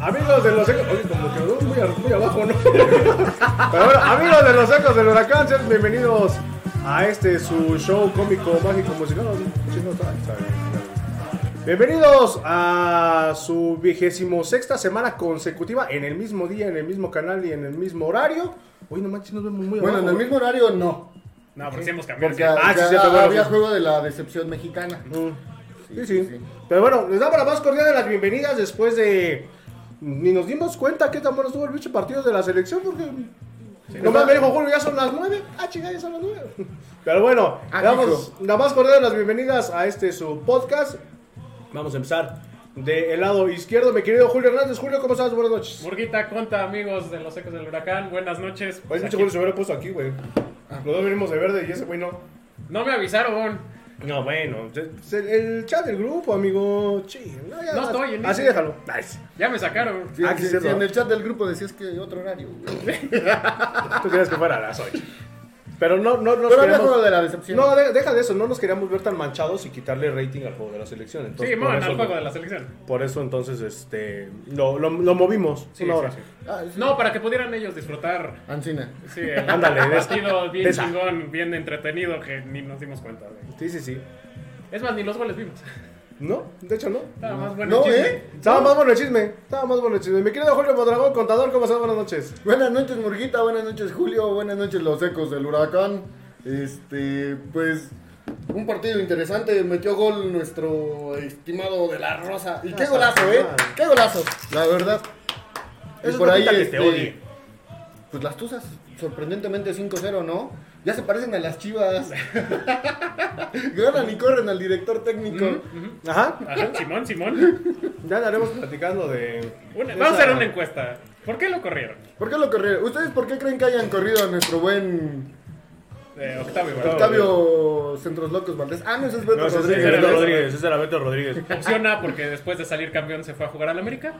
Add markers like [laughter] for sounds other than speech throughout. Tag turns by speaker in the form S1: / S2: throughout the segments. S1: amigos de los ecos. Oye, como que uh, muy, a- muy abajo, ¿no? [laughs] Pero bueno, amigos de los ecos del huracán, sean bienvenidos a este su show cómico, mágico, musical. No, sí, no, está- está bien, está bien. Bienvenidos a su vigésimo sexta semana consecutiva en el mismo día, en el mismo canal y en el mismo horario. Oye, no manches, nos vemos muy
S2: Bueno, en
S1: abajo.
S2: el mismo horario no.
S3: No, porque sí hemos cambiado.
S2: Porque
S3: sí.
S1: Ah, sí,
S2: ya
S1: sí, pero bueno,
S2: había
S1: sí.
S2: juego de la decepción mexicana.
S1: Mm. Sí, sí,
S2: Sí, sí.
S1: Pero bueno, les damos la más cordial de las bienvenidas después de. Ni nos dimos cuenta que tan bueno estuvo el bicho partido de la selección porque. Nomás me dijo Julio, ya son las nueve. Ah, chingada, ya son las nueve. [laughs] Pero bueno,
S2: Ah,
S1: le damos la más cordial de las bienvenidas a este su podcast. Vamos a empezar del lado izquierdo, mi querido Julio Hernández. Julio, ¿cómo estás? Buenas noches.
S3: Murguita, conta, amigos de los ecos del huracán. Buenas noches.
S1: Oye,
S3: Pues
S1: pinche
S3: aquí-
S1: Julio se hubiera puesto aquí, güey. Los dos venimos de verde y ese güey no.
S3: no me avisaron.
S1: No, bueno, se- el chat del grupo, amigo. Sí, no, ya-
S3: No estoy en
S1: Así
S3: ese.
S1: déjalo. Nice.
S3: Ya me sacaron.
S2: Sí,
S1: Ah, que
S2: sí,
S1: sí,
S2: sí,
S1: ¿no?
S2: en el chat del grupo decías que otro horario. güey.
S1: Tú querías que fuera a las 8. Pero no, no, no nos
S2: Pero había
S1: queríamos-
S2: juego de la decepción.
S1: No, de- deja de eso, no nos queríamos ver tan manchados y quitarle rating al juego de la selección. Entonces,
S3: Sí,
S1: pues, por,
S3: muevan
S1: eso,
S3: al juego de la selección.
S1: por eso entonces este lo, lo, lo movimos
S3: Sí,
S1: una
S3: sí,
S1: hora.
S3: sí.
S2: Ah, sí.
S3: No, para que pudieran ellos disfrutar.
S2: Ancina.
S3: Sí, el
S1: Ándale, de esa,
S3: partido
S1: de
S3: bien
S1: esa.
S3: chingón, bien entretenido que ni nos dimos cuenta. güey.
S1: Sí, sí, sí.
S3: Es más, ni los goles vimos.
S1: No, de hecho no.
S3: Estaba más bueno
S2: No,
S3: el chisme.
S2: ¿eh?
S1: Estaba más bueno el chisme, estaba más bueno el chisme. Mi querido Julio Mondragón, contador, ¿cómo estás? Buenas noches.
S2: Buenas noches, Murguita. Buenas noches, Julio. Buenas noches, los ecos del huracán. Este, pues, un partido interesante. Metió gol nuestro estimado de la Rosa. Y qué golazo, ¿eh? Qué golazo. La verdad.
S1: Eso
S2: y por
S1: no
S2: ahí,
S1: quita que te
S2: este,
S1: odie.
S2: pues las tuzas, sorprendentemente 5-0, ¿no? Ya se parecen a las chivas. [laughs] Ganan y corren al director técnico.
S1: Ajá.
S3: Ajá, Simón, Simón.
S1: Ya andaremos platicando de.
S3: Una-
S1: de
S3: vamos a hacer
S1: esa-
S3: una encuesta. ¿Por qué lo corrieron?
S2: ¿Por qué lo corrieron? ¿Ustedes por qué creen que hayan corrido a nuestro buen
S3: Eh, Octavio,
S1: Octavio.
S3: ¿verdad?
S2: Octavio Centros Locos Valdés? Ah, no, ese es Beto
S1: No, ese es
S2: Rodríguez.
S1: Beto
S2: ¿verdad?
S1: Rodríguez, ese era Beto Rodríguez.
S3: Funciona porque después de salir campeón se fue a jugar al América.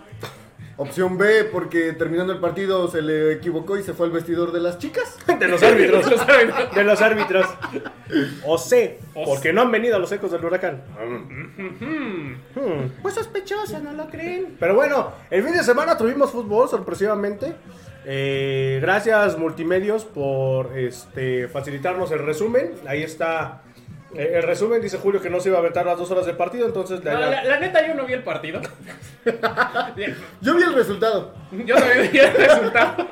S2: Opción B, porque terminando el partido se le equivocó y se fue al vestidor de las chicas. [laughs]
S1: De los
S3: [laughs]
S1: árbitros.
S3: Los árbitros.
S1: De los árbitros. O C,
S3: O
S1: porque no han venido a los ecos del huracán. Hmm.
S2: Pues sospechosa, ¿no lo creen?
S1: Pero bueno, el fin de semana tuvimos fútbol, sorpresivamente. Eh, gracias Multimedios por este, facilitarnos el resumen. Ahí está eh, el resumen. Dice Julio que no se iba a aventar las dos horas de partido, entonces... le
S3: No,
S1: añado-
S3: la, la neta, yo no vi el partido.
S2: Yo vi el resultado.
S3: Yo no vi el resultado.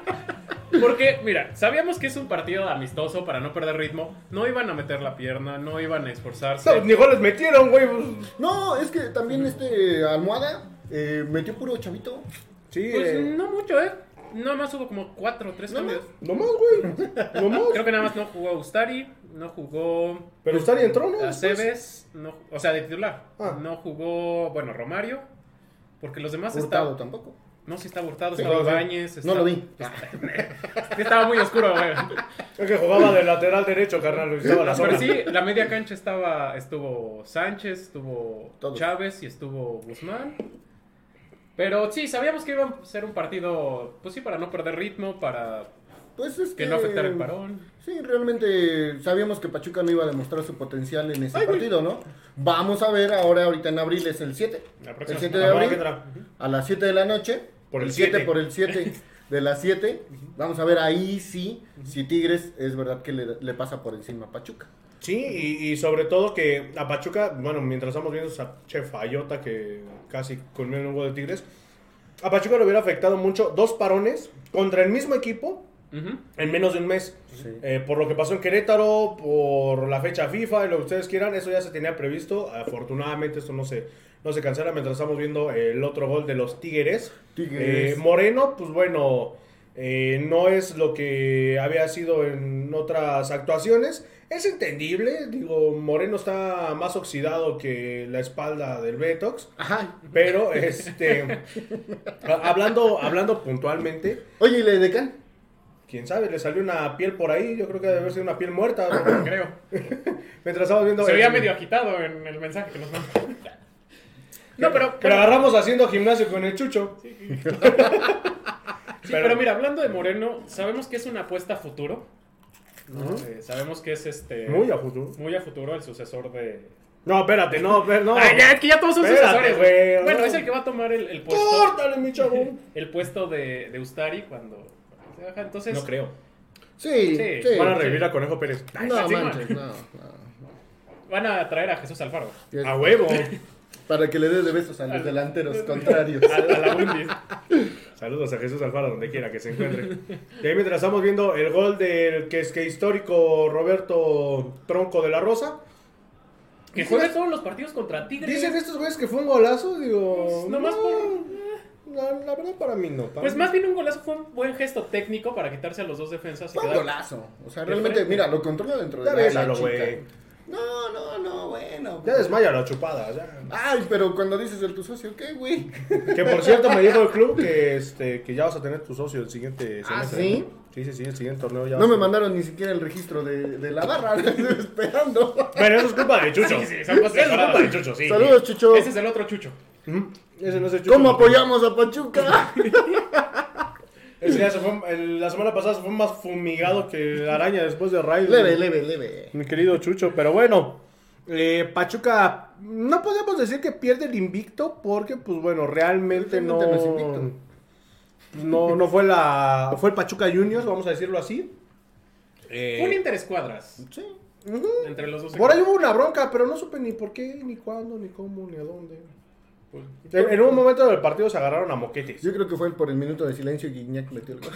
S3: Porque, mira, sabíamos que es un partido amistoso para no perder ritmo. No iban a meter la pierna, no iban a esforzarse.
S1: No, ni goles metieron, güey.
S2: No, es que también este Almohada eh, metió puro chavito.
S1: Sí,
S3: Pues
S1: eh,
S3: no mucho, ¿eh? Nada más hubo como cuatro o tres cambios.
S1: nomás,
S2: [laughs]
S1: güey. Nomás.
S3: Creo que nada más no jugó Ustari, no jugó
S1: Pero Ustari entró, ¿no?
S3: Aceves, no, o sea, de titular.
S1: Ah.
S3: No jugó, bueno, Romario. Porque los demás
S2: Hurtado
S3: estaban.
S2: tampoco.
S3: No, si está Hurtado,
S2: Sí,
S3: estaba
S2: lo vi.
S3: Ibáñez.
S2: No
S3: estaba- Ah,
S2: lo vi.
S3: Estaba muy oscuro, güey.
S1: Es que jugaba de lateral derecho, carnal. Estaba a
S2: Ah,
S1: la
S3: Pero
S1: zona.
S3: sí, la media cancha estaba, estuvo Sánchez, estuvo
S2: Todos.
S3: Chávez y estuvo Guzmán. Pero sí, sabíamos que iba a ser un partido, pues sí, para no perder ritmo, para
S2: Pues es que,
S3: que no afectara el parón.
S2: Sí, realmente sabíamos que Pachuca no iba a demostrar su potencial en ese partido, ¿no? Vamos a ver ahora, ahorita en abril es el 7.
S3: La próxima
S2: El 7 de
S1: La semana que
S2: abril.
S1: entra.
S2: A las 7 de la noche.
S1: Por el
S2: siete
S1: siete.
S2: Por el 7 de las 7. Vamos a ver ahí sí, si Tigres es verdad que le, le pasa por encima a Pachuca.
S1: Sí, y, y sobre todo que a Pachuca, bueno, mientras estamos viendo esa chef Ayota que casi culminó un gol de Tigres, a Pachuca le hubiera afectado mucho dos parones contra el mismo equipo
S3: Ujú.
S1: en menos de un mes.
S2: Sí.
S1: Eh, por lo que pasó en Querétaro, por la fecha FIFA, y lo que ustedes quieran, eso ya se tenía previsto. Afortunadamente esto no se, no se cancela mientras estamos viendo el otro gol de los Tigres.
S2: Tigres.
S1: Eh, Moreno, pues bueno, eh, no es lo que había sido en otras actuaciones. Es entendible, digo, Moreno está más oxidado que la espalda del Betox.
S2: Ajá.
S1: Pero, este, a- hablando, hablando puntualmente,
S2: Oye, ¿y le decan?
S1: quién sabe, le salió una piel por ahí, yo creo que debe haber sido una piel muerta, ¿no?
S3: [clears throat] Creo.
S1: mientras estábamos viendo...
S3: Se
S1: el-
S3: veía medio agitado en el mensaje que nos mandó. No, pero,
S1: Que la
S3: pero,
S1: agarramos haciendo gimnasio con el Chucho.
S3: sí, pero mira, hablando de Moreno, sabemos que es una apuesta a futuro. Eh, sabemos que es este
S1: Muy a futuro.
S3: muy a futuro el sucesor de,
S1: No, espérate, no, espérate, no.
S3: [laughs] Ay, ya, es que ya todos son
S1: Espérate,
S3: sucesores,
S1: güey,
S3: güey. Bueno,
S1: no.
S3: es el que va a tomar el, el puesto.
S1: ¡Córtale, mi chavo!
S3: El puesto de, de Ustari cuando cuando se baja. Entonces.
S4: No creo.
S2: Sí,
S3: Sí,
S2: sí.
S1: Van a revivir a Conejo Pérez.
S3: Ay,
S2: No,
S3: sí,
S2: manches,
S3: man.
S2: no, no.
S3: Van a traer a Jesús Alfaro.
S2: Y es-
S1: ¡A huevo!
S2: Para que le dé de besos a los delanteros contrarios.
S3: A, a la Bundis.
S1: Saludos a Jesús Alfaro, donde quiera que se encuentre. Y ahí mientras estamos viendo el gol del que es que histórico Roberto Tronco de la Rosa.
S3: Que juega todos los partidos contra Tigres.
S1: Dicen estos güeyes que fue un golazo, digo.
S3: Pues, nomás
S1: no,
S3: por-
S1: La, la verdad para mí no. para
S3: Pues
S1: mí-
S3: más bien un golazo fue un buen gesto técnico para quitarse a los dos defensas y
S2: Fue un
S3: quedar.
S2: golazo. O sea, realmente, mira, lo controla dentro de
S1: Ya
S2: la- la
S1: bésalo,
S2: chica.
S1: güey.
S2: No, no, no, bueno.
S1: Ya desmaya la chupada. ya.
S2: Ay, pero cuando dices el tu socio, ¿qué, güey?
S1: Que por cierto me dijo el club que, este, que ya vas a tener tu socio el siguiente
S2: ¿Ah,
S1: semestre.
S2: sí?
S1: Sí, sí, sí, el siguiente torneo ya.
S2: No
S1: vas
S2: me
S1: a-
S2: mandaron ni siquiera el registro de, de la barra, [laughs] lo estoy esperando.
S1: Bueno, eso es culpa de Chucho.
S3: [laughs] Sí, sí,
S1: eso
S3: son cosas
S1: es culpa de
S3: separadas.
S1: Chucho, sí.
S2: Saludos, Chucho.
S3: Ese es el otro chucho.
S1: Ujú. Ese no es el Chucho.
S2: ¿Cómo apoyamos a Pachuca?
S1: Ese ya se fue, el- la semana pasada se fue más fumigado que la araña después de Riley.
S2: leve, leve, leve.
S1: Mi querido Chucho, pero bueno. eh, Pachuca, no podemos decir que pierde el invicto porque, pues bueno, realmente no...
S2: Realmente no es invicto.
S1: pues, No, no fue la... Fue el Pachuca Juniors, vamos a decirlo así. Eh,
S3: Fue Un interescuadras
S2: Sí.
S1: Ujú.
S3: entre los dos.
S1: Por ahí
S3: equipos.
S1: hubo una bronca, pero no supe ni por qué, ni cuándo, ni cómo, ni a dónde.
S3: Pues,
S1: En, en un momento del partido se agarraron a moquetes.
S2: [laughs] Yo creo que fue por el minuto de silencio y Guiñac metió el gol.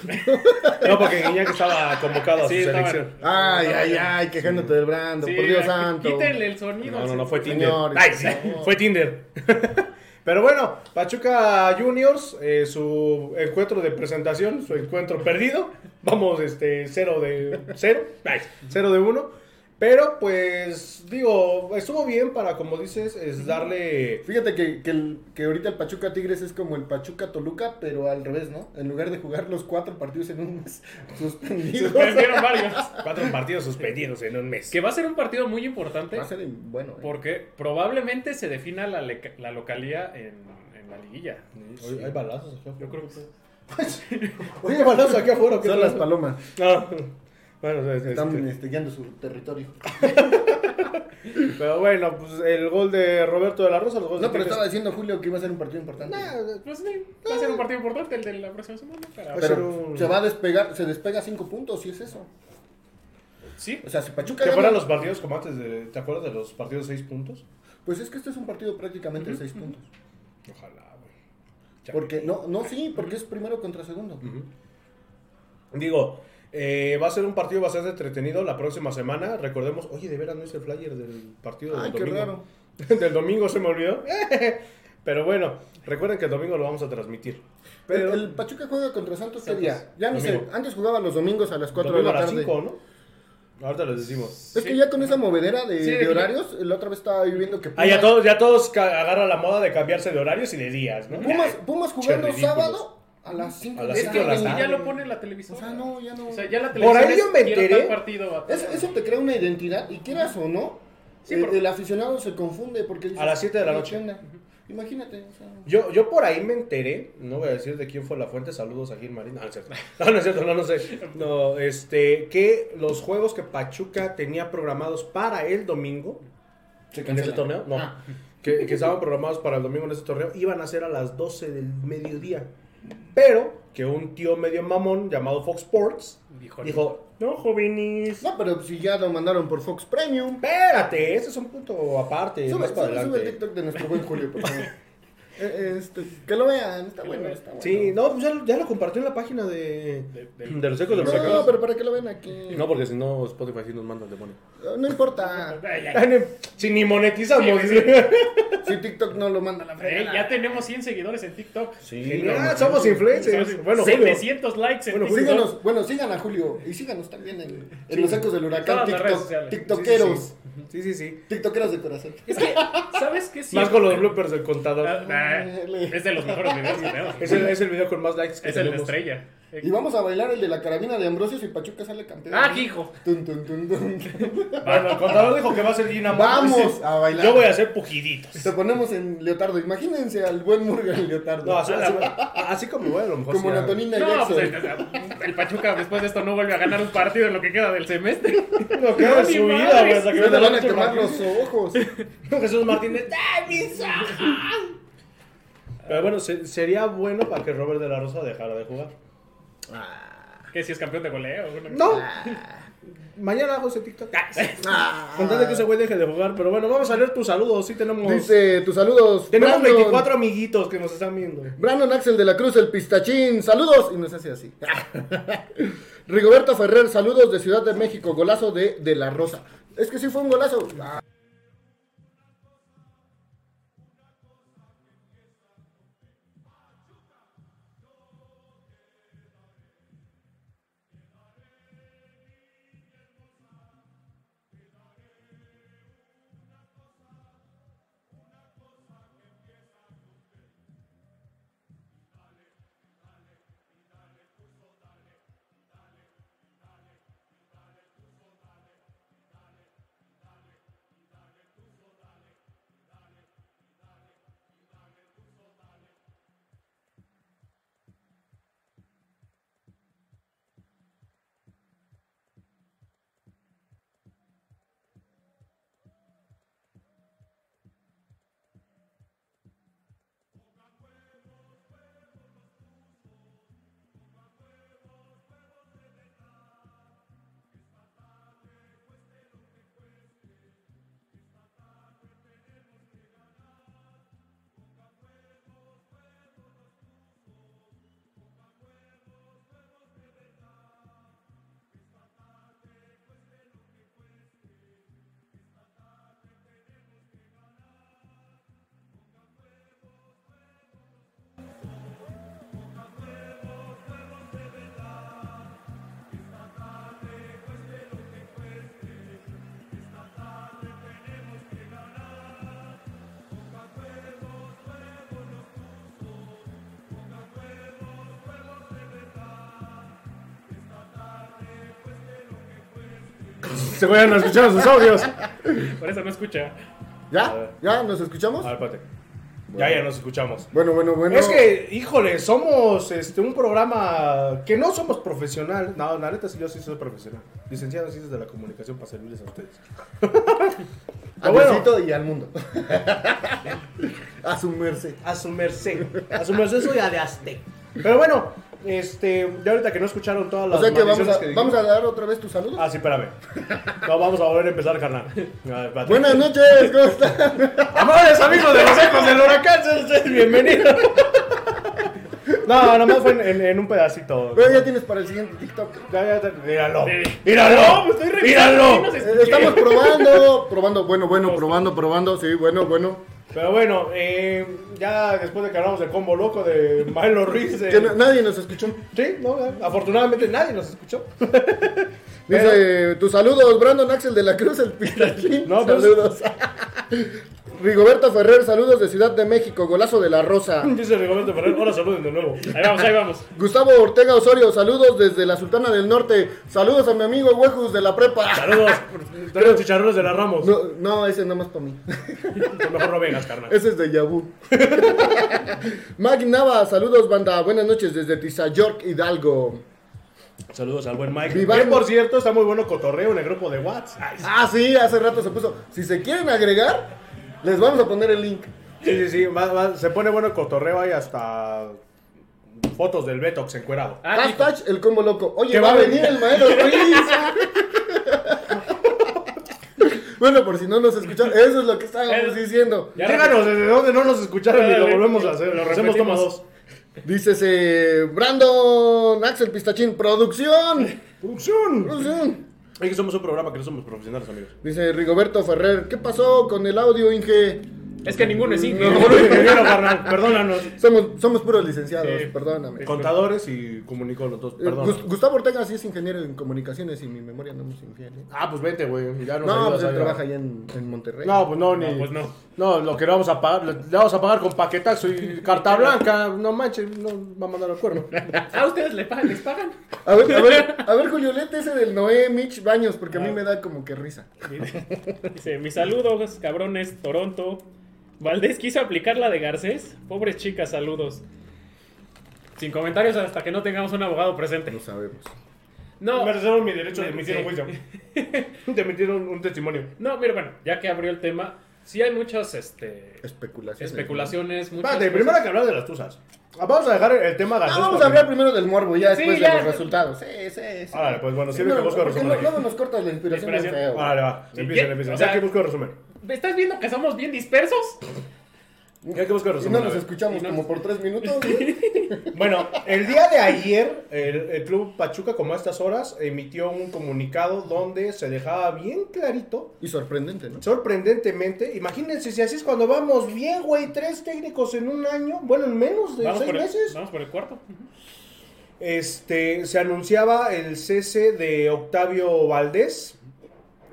S1: No, porque Guiñac estaba convocado a
S3: Sí,
S1: su
S3: estaban-
S1: selección.
S2: Ay, ay, ay, quejándote del brando,
S3: Sí,
S2: por Dios
S3: aquí-
S2: santo.
S3: Quítenle el sonido.
S1: No, no,
S3: al
S1: no,
S3: señor.
S1: fue Tinder.
S2: Señores,
S1: Ay, sí,
S2: no.
S1: fue Tinder. [laughs] Pero bueno, Pachuca Juniors, eh, su encuentro de presentación, su encuentro perdido. Vamos, este, 0 de 0, 0 de 1. Pero pues, digo, estuvo bien para, como dices, es
S2: [laughs]
S1: darle...
S2: Fíjate que, que, el- que ahorita el Pachuca Tigres es como el Pachuca Toluca, pero al revés, ¿no? En lugar de jugar los cuatro partidos en un mes [laughs] suspendidos.
S3: Perdieron varios.
S1: Cuatro partidos suspendidos en un mes.
S3: Que va a ser un partido muy importante
S2: Va a ser bueno. ¿eh?
S3: porque probablemente se defina la, leca- la localía en, en la liguilla.
S1: Oye, Hay balazos aquí
S3: Yo
S1: afuera.
S3: creo que sí.
S2: eh.
S1: Oye, hay balazos aquí afuera. ¿qué tal?
S2: Son las palomas.
S1: Ah, [laughs] Bueno, es- es-
S2: Están este, guiando su territorio.
S1: pero bueno, pues el gol de Roberto de la Rosa, los goles
S2: No,
S1: de
S2: pero
S1: Tigres-
S2: estaba diciendo Julio que iba a ser un partido importante.
S3: Pues sí, va a ser un partido importante el de la próxima semana. pero-
S1: Pues-
S2: pero
S1: pero-
S2: se va a despegar, se despega cinco puntos, si es eso.
S3: sí,
S2: O sea, si Pachuca
S1: Que
S2: gana,
S1: fueran los partidos como antes de. ¿Te acuerdas de los partidos de 6 puntos?
S2: pues es que este es un partido prácticamente de seis puntos.
S1: Ojalá, güey.
S2: Porque, no, no, sí, porque es primero contra segundo.
S1: Digo, eh, va a ser un partido bastante entretenido la próxima semana. Recordemos, oye, de veras no hice el flyer del partido del
S2: Ay, qué
S1: domingo.
S2: raro.
S1: [laughs] del domingo se me olvidó. [laughs] Pero bueno, recuerden que el domingo lo vamos a transmitir. Pero
S2: el, el Pachuca juega contra Santos,
S3: Santos.
S2: ¿qué día? Ya no sé,
S1: Domingo.
S2: antes jugaba los domingos a las 4 de
S1: domingo
S2: la
S1: a las
S2: tarde.
S1: 5, ¿no? Ahorita les decimos.
S2: Es
S3: Sí.
S2: que ya con esa movedera de,
S3: Sí,
S2: de
S3: de que-
S2: horarios, la otra vez estaba yo viendo que
S1: Ah, ya todos, ya todos ca- agarran la moda de cambiarse de horarios y de días, ¿no?
S2: Pumas, Pumas jugando
S1: Che, ridículos.
S2: sábado a las 5
S1: A las
S3: es
S1: cinco
S3: que
S1: de la
S3: y
S1: tarde.
S3: ya lo pone la televisión.
S2: O sea, no, ya no.
S3: O sea, ya la
S1: Por ahí
S3: televisión
S1: yo me
S3: es, "Quiero tal
S1: enteré.
S3: partido, va, tal".
S2: Eso, eso te crea una identidad y quieras o no,
S3: Sí,
S2: el,
S3: pero-
S2: el aficionado se confunde porque dice,
S1: A las siete de la
S2: "¿Qué
S1: noche".
S2: onda? Imagínate, o sea,
S1: Yo, yo por ahí me enteré, no voy a decir de quién fue la fuente, saludos a Gil Marín. No, no es cierto, no, no es cierto, no, no sé. No, este, que los juegos que Pachuca tenía programados para el domingo,
S2: se
S1: en este
S2: cancela.
S1: torneo, no,
S2: Ah,
S1: que, que estaban programados para el domingo en este torneo, iban a ser a las 12 del mediodía. Pero que un tío medio mamón llamado Fox Sports
S3: Dijo,
S1: dijo, no, jóvenes,
S2: no, pero si ya lo mandaron por Fox Premium.
S1: espérate, ese es un punto aparte,
S2: Sube,
S1: más para
S2: sube, sube el
S1: adelante.
S2: TikTok de nuestro buen Julio, por
S3: [laughs]
S2: favor. Eh, este, que lo vean, está
S3: Que lo
S2: bueno,
S3: vean.
S2: está bueno.
S1: Sí, no, pues ya, lo- ya lo compartió en la página de,
S3: De-
S1: de,
S3: del-
S1: los ecos de los
S2: No,
S1: Sacados.
S2: pero para que lo vean aquí.
S1: No, porque si no, Spotify sí nos manda el [laughs] demonio.
S2: No importa.
S1: [laughs]
S3: "Ay, ay,
S1: Si ni monetizamos.
S3: Sí, sí.
S2: Si TikTok no lo manda a la
S3: ay,
S2: fregada.
S3: ya tenemos 100 seguidores en TikTok.
S1: Genial, somos influencers. Bueno, Julio,
S3: 700 likes en
S1: Bueno,
S3: TikTok.
S2: Síganos, bueno, sigan a Julio y síganos también en, en los ecos del huracán
S3: Todas las redes
S2: TikTok,
S3: sociales.
S2: TikTokeros,
S1: Sí, sí, sí.
S2: TikTokeros de corazón.
S3: [laughs] Es que, ¿sabes qué?
S1: Más
S3: Siempre-
S1: con los bloopers del contador.
S3: Ah, nah, es de los mejores videos que tenemos.
S1: [laughs] Es el, es el video con más likes que
S3: Es el de
S1: tenemos.
S3: estrella.
S2: Y vamos a bailar el de la carabina de Ambrosio si Pachuca sale campeón.
S3: Ah, hijo.
S2: Tun, tun, tun,
S3: [laughs]
S2: tun.
S1: Bueno, el contador dijo que va a ser Gina Mora.
S2: Vamos
S1: Dice,
S2: a bailar.
S1: Yo voy a hacer pujiditos.
S2: Te ponemos en leotardo. Imagínense al buen Murgan leotardo.
S1: No, así, así- así como voy, a lo mejor.
S2: como
S1: sí, a-
S2: Natonina y
S3: No,
S2: Jackson.
S3: pues el, el Pachuca después de esto no vuelve a ganar un partido en lo que queda del semestre.
S1: Lo que hago es
S3: [laughs] Ni
S1: su vida,
S3: madres.
S1: güey. hasta que
S2: Se
S1: me
S2: la van a quemar los [laughs] ojos.
S1: [laughs] Pues, Jesús Martínez. ¡Ay, mis ojos! Pero bueno, se- sería bueno para que Robert de la Rosa dejara de jugar.
S3: Que si es campeón de goleo. güey.
S1: No. Ah. Mañana hago ese TikTok.
S2: Ah.
S1: [laughs] Con tal de que ese güey deje de jugar. Pero bueno, vamos a leer tus saludos. Sí tenemos...
S2: Dice, tus saludos.
S1: tenemos
S2: Brandon.
S1: 24 amiguitos que nos están viendo.
S2: Brandon Axel de la Cruz, el pistachín, saludos. Y nos hace así. [laughs] Rigoberto Ferrer, saludos de Ciudad de México, golazo de, de La Rosa. Es que sí fue un golazo. Ah,
S5: Se vayan a escuchar sus audios.
S3: Por eso no escucha.
S2: ¿Ya? ¿Ya? ¿Nos escuchamos?
S1: A ver, espérate. Ya, ya nos escuchamos.
S2: Bueno, bueno, bueno.
S1: Es que, híjole, somos este, un programa que no somos profesional. No, la neta, sí, yo sí soy profesional. Licenciado en Ciencias de la Comunicación para servirles a ustedes.
S2: A
S1: bueno.
S2: Diosito y al mundo. [laughs] a su merced.
S1: A su merced. A su merced soy adeaste. Pero bueno, este, ya ahorita que no escucharon todas las
S2: O sea que vamos
S1: maldiciones
S2: a,
S1: que dijimos-
S2: vamos a dar otra vez tus saludos.
S1: Ah, sí, espérame. No, vamos a volver a empezar, carnal. A ver, espérate.
S2: Buenas noches, ¿cómo están?
S1: Amables amigos de los ecos del huracán, sean ustedes bienvenidos. No, nada más fue en, en- en un pedacito.
S2: Bueno, ya tienes para el siguiente TikTok.
S1: Ya, ya, ya, míralo.
S3: Sí. No,
S1: Míralo.
S3: me estoy revisando,
S1: míralo.
S3: sí nos
S2: Eh, Estamos probando, probando, bueno, bueno, probando, probando, sí, bueno, bueno.
S1: Pero bueno, eh, ya después de que hablamos del combo loco de Milo Ruiz. eh,
S2: Que no- nadie nos escuchó.
S1: Sí, no, eh, afortunadamente nadie nos escuchó. [laughs]
S2: Dice, tus saludos, Brandon Axel de la Cruz, el Pistachín.
S1: No, pero-
S2: saludos. [laughs] Rigoberto Ferrer, saludos de Ciudad de México, golazo de la Rosa.
S1: Dice Rigoberto Ferrer, ahora saluden de nuevo.
S3: Ahí vamos, ahí vamos.
S2: Gustavo Ortega Osorio, saludos desde la Sultana del Norte. Saludos a mi amigo Huejus de la prepa.
S1: Saludos, traen los chicharrones de la Ramos.
S2: No, no, ese nada más para mí. [laughs]
S1: Mejor no vengas, carnal.
S2: Ese es de Yabu. [laughs] Mag Nava, saludos banda. Buenas noches desde Tizayork, Hidalgo.
S1: Saludos al buen Mike.
S2: Vivan-
S1: Que por cierto, está muy bueno cotorreo en el grupo de WhatsApp. Ay,
S2: Ah, sí, hace rato se puso. Si se quieren agregar, les vamos a poner el link.
S1: Sí, sí, sí, va- va- se pone bueno el cotorreo ahí hasta fotos del Betox encuerado.
S3: Ah, hijo.
S2: Hashtag el combo loco. Oye,
S1: Que
S2: va a venir el maestro Ruiz. bueno, por si no nos escuchan, eso es lo que estábamos
S3: Eso.
S2: diciendo.
S3: Ya
S1: Díganos desde dónde no nos escucharon y lo
S3: Dale,
S1: volvemos a hacer.
S3: lo
S1: Hacemos toma
S3: repetimos.
S1: dos.
S2: Dícese Brandon Axel Pistachín, producción.
S1: ¡Producción!
S2: Producción.
S1: Es que somos un programa que no somos profesionales, amigos.
S2: Dice Rigoberto Ferrer, ¿qué pasó con el audio, Inge?
S3: Es que ninguno es Inge.
S1: Puro
S3: [laughs]
S1: ingeniero, carnal, Perdónanos.
S2: Somos, somos puros licenciados,
S3: Sí.
S2: perdóname.
S1: Contadores y comunicó los dos.
S2: Eh,
S1: Perdón.
S2: Gus- Gustavo Ortega sí es ingeniero en comunicaciones y mi memoria no me es infiel. ¿eh?
S1: Ah, pues vete, güey. Ya nos
S2: No,
S1: ayudas
S2: pues él
S1: ahí,
S2: trabaja
S1: ¿no?
S2: allá en, en Monterrey.
S1: No, pues no, ni.
S3: No, pues no.
S1: No, lo que le vamos a pagar, le, le vamos a pagar con paquetazo y carta blanca. No manches, no va a mandar al cuerno.
S3: ¿A Ah, ustedes le pagan, les pagan?
S2: A ver, a
S3: [laughs]
S2: ver, a ver, Julio, léete ese del Noé Mitch Baños, porque a
S3: Ah.
S2: mí me da como que risa.
S3: Dice, mis saludos, cabrones, Toronto. Valdés quiso aplicar la de Garcés. Pobres chicas, saludos. Sin comentarios hasta que no tengamos un abogado presente.
S2: No sabemos.
S3: No.
S1: Me reservo mi derecho de
S3: Sí.
S1: emitir un juicio. [laughs] De emitir un, un testimonio.
S3: No, mira, bueno, ya que abrió el tema, sí hay muchas este,
S2: Especulaciones.
S3: especulaciones. muchas
S1: Espérate,
S3: cosas.
S1: primero hay que hablar de las tuzas. Ah, Vamos a dejar el tema
S2: Ah,
S1: gaseoso.
S2: vamos a hablar primero del morbo, ya
S3: Sí,
S2: después
S3: ya.
S2: de los resultados. Sí, sí, sí.
S1: Órale, pues bueno,
S2: Sí,
S1: sirve
S2: no,
S1: que busco
S2: porque
S1: resumen
S2: no-
S1: aquí.
S2: Luego nos cortas la inspiración bien
S3: Inspiración.
S2: feo.
S1: Vale, va.
S3: Sí,
S1: Empiecen,
S3: bien,
S1: empiecen.
S3: o
S1: O sea,
S3: sea-
S1: que busco el resumen.
S3: ¿Estás viendo que somos bien dispersos?
S1: Hay que buscar
S2: Si
S1: resumen.
S2: no
S1: a
S2: nos
S1: ver.
S2: escuchamos
S3: Y no-
S2: como por tres
S1: [laughs]
S2: minutos.
S1: Bueno, el día de ayer, el, el Club Pachuca, como a estas horas, emitió un comunicado donde se dejaba bien clarito,
S2: y sorprendente, ¿no?
S1: sorprendentemente, imagínense si así es cuando vamos bien, güey, tres técnicos en un año, bueno, en menos de
S3: Vamos
S1: seis
S3: por, el,
S1: meses,
S3: vamos por el cuarto.
S1: este, se anunciaba el cese de Octavio Valdés.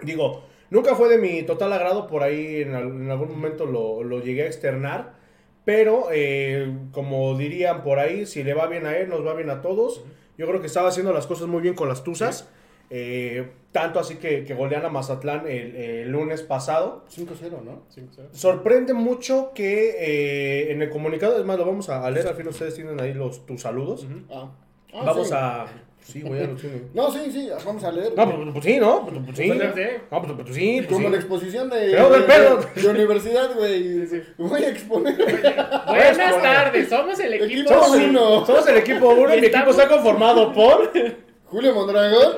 S1: Digo, nunca fue de mi total agrado, por ahí en, al- en algún momento lo, lo llegué a externar. Pero, eh, como dirían por ahí, si le va bien a él, nos va bien a todos. Yo creo que estaba haciendo las cosas muy bien con las Tuzas. Eh, tanto así que, que golean a Mazatlán el- el lunes pasado.
S2: 5-0, ¿no?
S3: Cinco, cero.
S1: Sorprende mucho que eh, en el comunicado, es más, lo vamos a a leer, al fin ustedes tienen ahí los tus saludos.
S3: Ujú.
S2: Ah. Ah,
S1: Vamos
S2: sí.
S1: a. Sí, güey, ya lo tienen.
S2: No, sí, sí, vamos a leer.
S1: No, pues, pues sí, ¿no? Pues, pues sí.
S3: Pues, sí.
S1: No, pues, pues sí. Pues,
S2: como la
S1: sí.
S2: exposición de,
S1: Pero del
S2: de-
S1: pedo.
S2: de- de universidad, güey. Voy a exponer. [laughs]
S3: Buenas
S1: Pues,
S3: tardes, somos el equipo.
S2: Equipo
S1: Somos, el-
S2: uno.
S1: somos el equipo 1 y mi equipo
S3: Estamos-
S1: está conformado por.
S2: Julio Mondragón.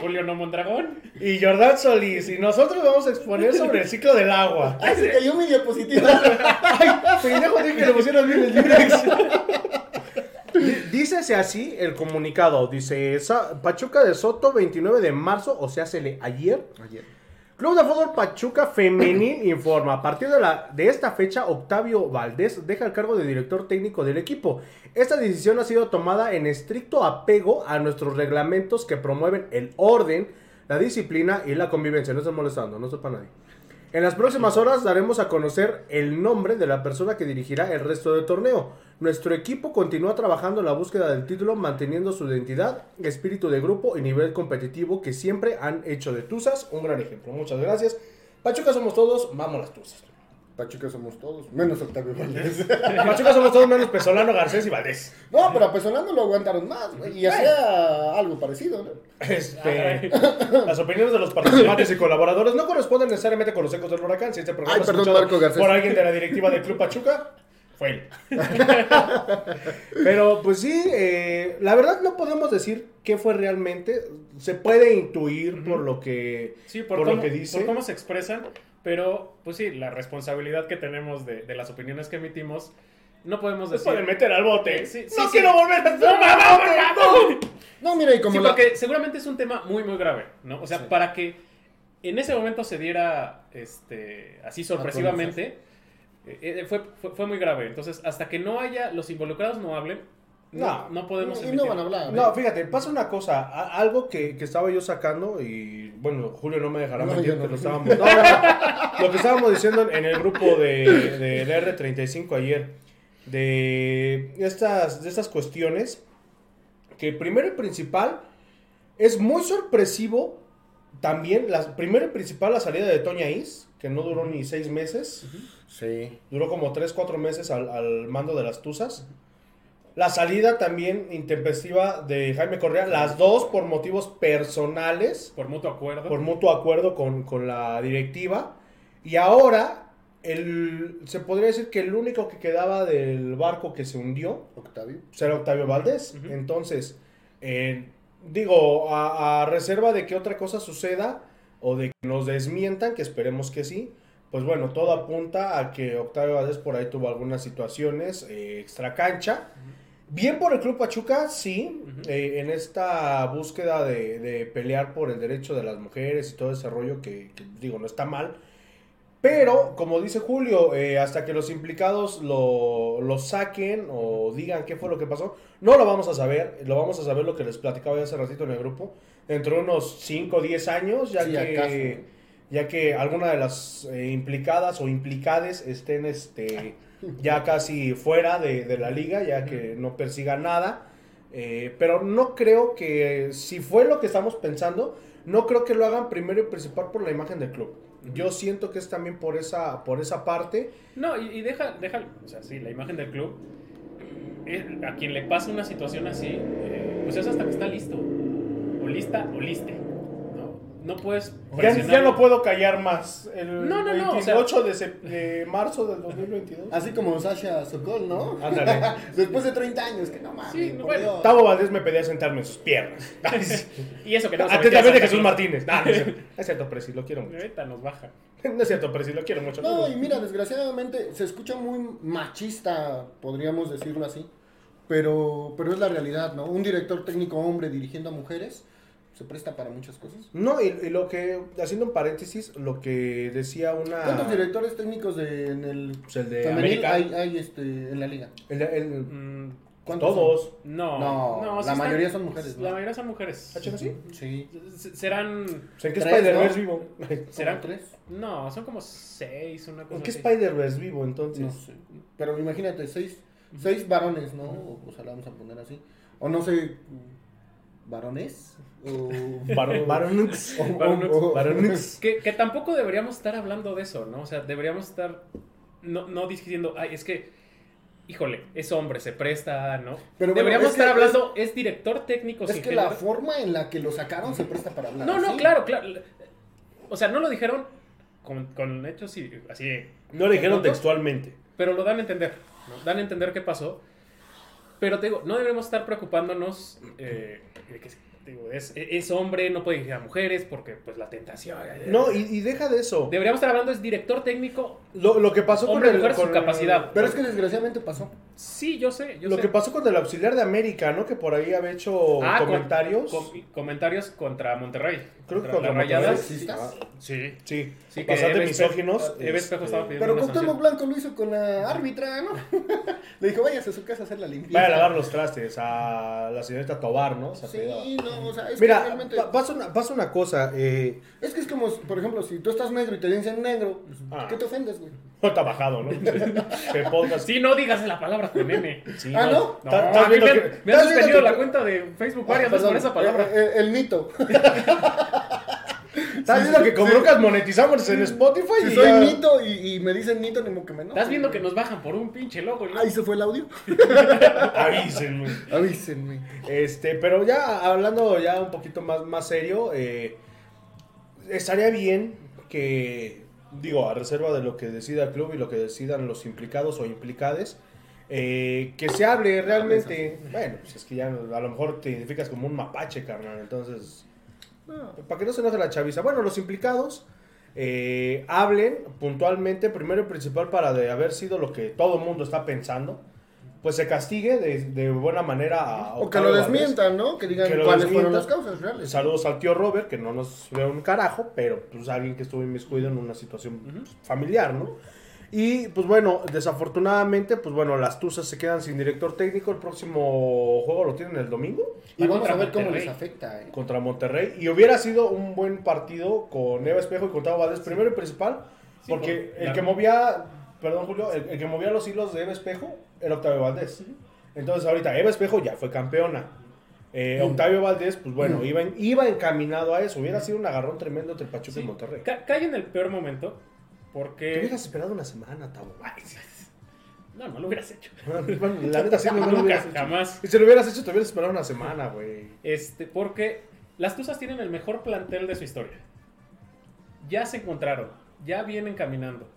S3: Julio No Mondragón.
S1: Y Jordán Solís. Y nosotros vamos a exponer sobre el ciclo del agua.
S2: Ay, Ah, se cayó mi diapositiva. [laughs]
S1: Pendejo, dije que le pusieran bien el Durex. Dí- Dícese así el comunicado. Dice Sa- Pachuca de Soto, 29 de marzo, o sea, se ayer. Club de Fútbol Pachuca Femenil [clears throat] informa. A partir de, la, de esta fecha, Octavio Valdés deja el cargo de director técnico del equipo. Esta decisión ha sido tomada en estricto apego a nuestros reglamentos que promueven el orden, la disciplina y la convivencia. No estoy molestando, no estoy para nadie. En las próximas horas daremos a conocer el nombre de la persona que dirigirá el resto del torneo. Nuestro equipo continúa trabajando en la búsqueda del título, manteniendo su identidad, espíritu de grupo y nivel competitivo que siempre han hecho de Tuzas un gran ejemplo. Muchas gracias. Pachuca somos todos, vamos las Tuzas.
S2: Pachuca somos todos, menos Octavio Valdés. [laughs]
S1: Pachuca somos todos menos Pesolano, Garcés y Valdés.
S2: No, pero a Pesolano lo aguantaron más, güey. Y hacía algo parecido, ¿no?
S1: Este, las opiniones de los participantes y colaboradores no corresponden necesariamente con los ecos del huracán. Si este programa
S2: Ay,
S1: es
S2: perdón,
S1: escuchado
S2: Marco Garcés.
S1: por alguien de la directiva del Club Pachuca, fue
S2: [laughs]
S1: él. Pero pues sí, eh, la verdad no podemos decir qué fue realmente. Se puede intuir por lo que,
S3: Sí, por,
S1: por
S3: cómo,
S1: lo que dice.
S3: por cómo se expresan. Pero, pues sí, la responsabilidad que tenemos de, de las opiniones que emitimos, no podemos
S1: Se
S3: decir.
S1: puede meter al bote.
S3: Sí, sí,
S1: no
S3: sí.
S1: quiero volver a
S3: ¡No, no,
S1: fumar
S3: no,
S1: bote,
S3: por favor!
S2: No, mira, y como
S3: sí,
S2: la...
S3: porque seguramente es un tema muy, muy grave, ¿no? O sea,
S2: Sí.
S3: para que en ese momento se diera este, así sorpresivamente, eh, eh, fue, fue, fue muy grave. Entonces, hasta que no haya, los involucrados no hablen, no,
S1: No.
S3: no podemos
S2: Y no
S3: emitir.
S2: van a hablar.
S1: No,
S2: ¿eh?
S1: fíjate, pasa una cosa, a- algo que, que estaba yo sacando y bueno, Julio no me dejará
S2: No,
S1: mentir
S2: yo no.
S1: que lo estábamos. no, no, no. lo que estábamos diciendo en el grupo de, de la R35 ayer de estas de estas cuestiones que primero y principal es muy sorpresivo también las primero y principal la salida de Toña Is que no duró ni seis meses
S2: [laughs] Sí.
S1: Duró como 3, 4 meses al, al mando de las Tuzas. La salida también intempestiva de Jaime Correa, las dos por motivos personales,
S3: Por mutuo acuerdo.
S1: por mutuo acuerdo con, con la directiva. Y ahora el, se podría decir que el único que quedaba del barco que se hundió
S2: Octavio.
S1: pues, era Octavio Valdés.
S3: Ujú.
S1: Entonces, eh, digo, a, a reserva de que otra cosa suceda o de que nos desmientan, que esperemos que sí, pues bueno, todo apunta a que Octavio Valdés por ahí tuvo algunas situaciones eh, extra cancha. Bien por el Club Pachuca, sí,
S3: Ujú.
S1: eh, en esta búsqueda de, de pelear por el derecho de las mujeres y todo ese rollo que, que, digo, no está mal. Pero, como dice Julio, eh, hasta que los implicados lo, lo saquen o digan qué fue lo que pasó, no lo vamos a saber. Lo vamos a saber lo que les platicaba ya hace ratito en el grupo. Dentro de unos 5 o 10 años, ya
S2: Sí,
S1: que...
S2: acaso.
S1: Ya que alguna de las eh, implicadas o implicades estén este,
S3: [laughs]
S1: ya casi fuera de, de la liga, ya que no persiga nada. Eh, pero no creo que, si fue lo que estamos pensando, no creo que lo hagan primero y principal por la imagen del club. Yo siento que es también por esa, por esa parte.
S3: No, y, y deja, deja, o sea, sí, la imagen del club. eh, a quien le pasa una situación así, eh, pues es hasta que está listo. O olista, oliste. No, no puedes
S6: Ya,
S3: presionar.
S6: ya no puedo callar más. El
S3: No, no, no, o sea- Ah.
S6: 28 de, sep- de marzo del 2022.
S2: Así como Sasha Sokol, ¿no?
S1: Ándale.
S2: [laughs] Después de 30 años, que no mames.
S3: Sí,
S2: por
S3: bueno.
S2: Dios.
S6: Tavo Valdés me pedía sentarme en sus piernas.
S3: [laughs] Y eso que no se metía
S6: Atentamente
S3: Santa
S6: Jesús
S3: Claus.
S6: Martínez. No, no
S3: [laughs]
S6: es cierto. Es cierto, Presi, lo quiero mucho.
S3: Ahorita nos baja.
S1: [laughs]
S6: No es cierto, Presi, lo quiero mucho.
S2: No, y mira, desgraciadamente se escucha muy machista, podríamos decirlo así, pero, pero es la realidad, ¿no? Un director técnico hombre dirigiendo a mujeres se presta para muchas cosas.
S1: No, y, y lo que, haciendo un paréntesis, lo que decía una...
S2: ¿Cuántos directores técnicos de, en el
S1: Pues el de
S2: femenil
S1: América.
S2: hay, hay este, en la liga?
S1: El, el-
S3: Mm,
S2: ¿Cuántos
S1: todos.
S3: no.
S2: No, la
S3: sí están-
S2: mayoría son mujeres, ¿no?
S3: La mayoría son mujeres.
S1: ¿Ah, chico, sí?
S2: son? Sí.
S3: S- Serán.
S1: O sea, ¿En qué
S2: Tres,
S1: Spider-Verse
S2: ¿no?
S1: vivo? [laughs]
S3: Serán
S2: ¿Como tres?
S3: No, son como seis, una cosa.
S1: ¿En qué
S3: así.
S1: Spider-Verse vivo entonces?
S2: No sé. Pero imagínate, seis, seis varones, ¿no? O sea, la vamos a poner así. O no sé, varones.
S1: [laughs]
S2: O...
S1: Barón- [laughs] Baronux.
S2: o-
S3: Varonux,
S2: o-
S1: Baronux.
S3: Que, que tampoco deberíamos estar hablando de eso, ¿no? O sea, deberíamos estar. No, no diciendo, ay, es que. Híjole, es hombre, se presta, ¿no?
S2: Pero bueno,
S3: deberíamos
S2: es que-
S3: estar hablando, es, director
S2: [laughs]
S3: técnico.
S2: Es
S3: sin
S2: que la
S3: género.
S2: forma en la que lo sacaron se presta para hablar.
S3: No, no,
S2: así.
S3: claro, claro. O sea, no lo dijeron con, con hechos y así.
S1: No le dijeron textualmente.
S3: Pero lo dan a entender. ¿no? Dan a entender qué pasó. Pero te digo, no debemos estar preocupándonos eh, de que te digo, es, es hombre, no puede dirigir a mujeres porque pues la tentación.
S1: No, y, y deja de eso.
S3: Deberíamos estar hablando, es director técnico.
S1: Lo, lo que pasó
S3: Hombre,
S1: con el...
S3: mujer, su
S1: con el-
S3: capacidad.
S2: Pero es que desgraciadamente pasó.
S3: Sí, yo sé. Yo
S1: Lo
S3: sé.
S1: que pasó con el auxiliar de América, ¿no? Que por ahí había hecho
S3: Ah, con-
S1: comentarios.
S3: com- comentarios contra Monterrey.
S1: Creo que contra
S3: Contra las
S1: Monterrey,
S3: rayadas.
S1: sí.
S2: ¿Rayadas?
S1: Ah,
S3: Sí.
S1: Sí,
S3: Sí, que
S1: bastante
S3: Eve Espejo-
S1: misóginos.
S3: Eve
S1: este,
S3: Espejo estaba pidiendo
S2: Pero
S3: una
S2: Cuauhtémoc
S3: sanción.
S2: Blanco lo hizo con la árbitra, ¿no? [laughs] Le dijo, váyase a su casa a hacer la limpieza.
S1: Vaya a lavar los trastes a la señorita Tobar, ¿no? Se apellidaba.
S2: Sí, no, o sea, es que
S1: Mira,
S2: realmente...
S1: pa- pasa una, pasa una cosa. Eh,
S2: Es que es como, por ejemplo, si tú estás negro y te dicen negro, pues,
S1: Ah.
S2: ¿qué te ofendes, güey?
S1: no está bajado, ¿no? [laughs] Que pongas.
S3: Sí, no digas la palabra con N.
S1: Sí,
S2: Ah, ¿no?
S3: No,
S1: Ta-
S3: a mí
S1: viendo
S3: me,
S1: que-
S3: me han
S2: estás viendo
S3: suspendido
S2: que- Ah,
S3: la cuenta de Facebook varias
S2: Perdón,
S3: veces por esa palabra.
S2: eh, eh, el
S3: [laughs]
S2: mito.
S1: ¿Estás viendo que con brocas monetizamos en Spotify?
S2: Si
S1: y
S2: soy
S1: ya-
S2: mito y, y me dicen mito, ni modo que me enoje.
S3: Estás viendo que nos bajan por un pinche logo. ¿no?
S2: Ahí se fue el audio.
S1: Avísenme.
S2: Avísenme.
S1: Este, pero ya hablando ya un poquito más, más serio, eh, estaría bien que, digo, a reserva de lo que decida el club y lo que decidan los implicados o implicades, eh, que se hable
S2: Ah,
S1: realmente. Bueno, pues es que ya a lo mejor te identificas como un mapache, carnal, entonces. Para que no se enoje la chaviza. Bueno, los implicados eh, hablen puntualmente, primero y principal, para de haber sido lo que todo el mundo está pensando. Pues se castigue de, de buena manera a
S2: O que
S1: Octavio
S2: lo
S1: Valdés.
S2: desmientan, ¿no? Que digan
S1: Que lo
S2: cuáles fueron las
S1: desmientan.
S2: causas reales.
S1: Saludos al tío Robert, que no nos ve un carajo, pero pues alguien que estuvo inmiscuido en una situación pues, familiar, ¿no? Y pues bueno, desafortunadamente, pues bueno, las Tuzas se quedan sin director técnico. El próximo juego lo tienen el domingo
S2: Y
S3: Va
S2: vamos
S3: contra
S2: a ver cómo
S3: Monterrey.
S2: les afecta, ¿eh?
S1: contra Monterrey. Y hubiera sido un buen partido con Eva Espejo y con Tavo Valdés, primero y principal,
S3: Sí,
S1: porque
S3: por-
S1: el
S3: la-
S1: que movía, perdón Julio, el, el que movía los hilos de Eva Espejo era Octavio Valdés. Entonces ahorita Eva Espejo ya fue campeona. Eh, Octavio Valdés, pues bueno, iba, en- iba encaminado a eso. Hubiera sido un agarrón tremendo entre Pachuca
S3: Sí.
S1: y Monterrey.
S3: Ca- cae en el peor momento
S1: Te
S3: porque...
S1: hubieras esperado una semana, Tavo. [laughs] Ay, sí.
S3: No, no lo hubieras hecho.
S1: Bueno, La neta, sí, no lo
S3: Nunca,
S1: hubieras
S3: [laughs]
S1: hecho.
S3: jamás.
S1: Y si lo hubieras hecho, te hubieras esperado una semana, güey.
S3: Este, porque las Tuzas tienen el mejor plantel de su historia. Ya se encontraron, ya vienen caminando.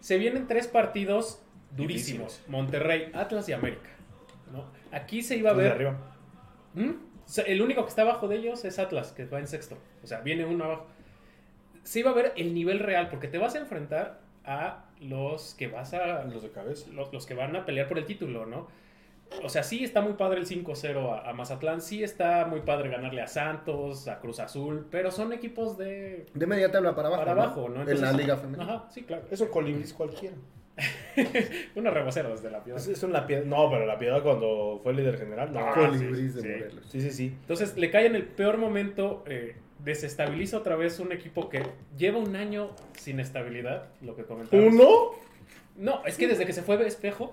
S3: Se vienen tres partidos durísimos. Monterrey, Atlas y América. ¿no? Aquí se iba a
S1: Los de
S3: ver...
S1: arriba.
S3: ¿Mm? O sea, el único que está abajo de ellos es Atlas, que va en sexto. O sea, viene uno abajo. Se iba a ver el nivel real, porque te vas a enfrentar a los que vas a.
S1: Los de cabeza.
S3: Los, los que van a pelear por el título, ¿no? O sea, sí está muy padre el 5-0 a, a Mazatlán, sí está muy padre ganarle a Santos, a Cruz Azul, pero son equipos de
S2: De media tabla para abajo.
S3: para abajo, ¿no?
S2: en la
S3: Entonces-
S2: liga femenina.
S3: Ajá, sí, claro.
S1: Es un colibrí cualquiera.
S3: Una rebocera desde la piedra.
S1: Es, es un la piedad. No, pero la piedad cuando fue líder general. No.
S3: Ah,
S2: Colibrís
S3: sí,
S2: de
S3: sí.
S2: Morelos.
S1: Sí, sí, sí.
S3: Entonces le cae en el peor momento, eh, desestabiliza otra vez un equipo que lleva un año sin estabilidad, lo que comentamos.
S1: ¿Uno?
S3: No, es que desde que se fue Eve Espejo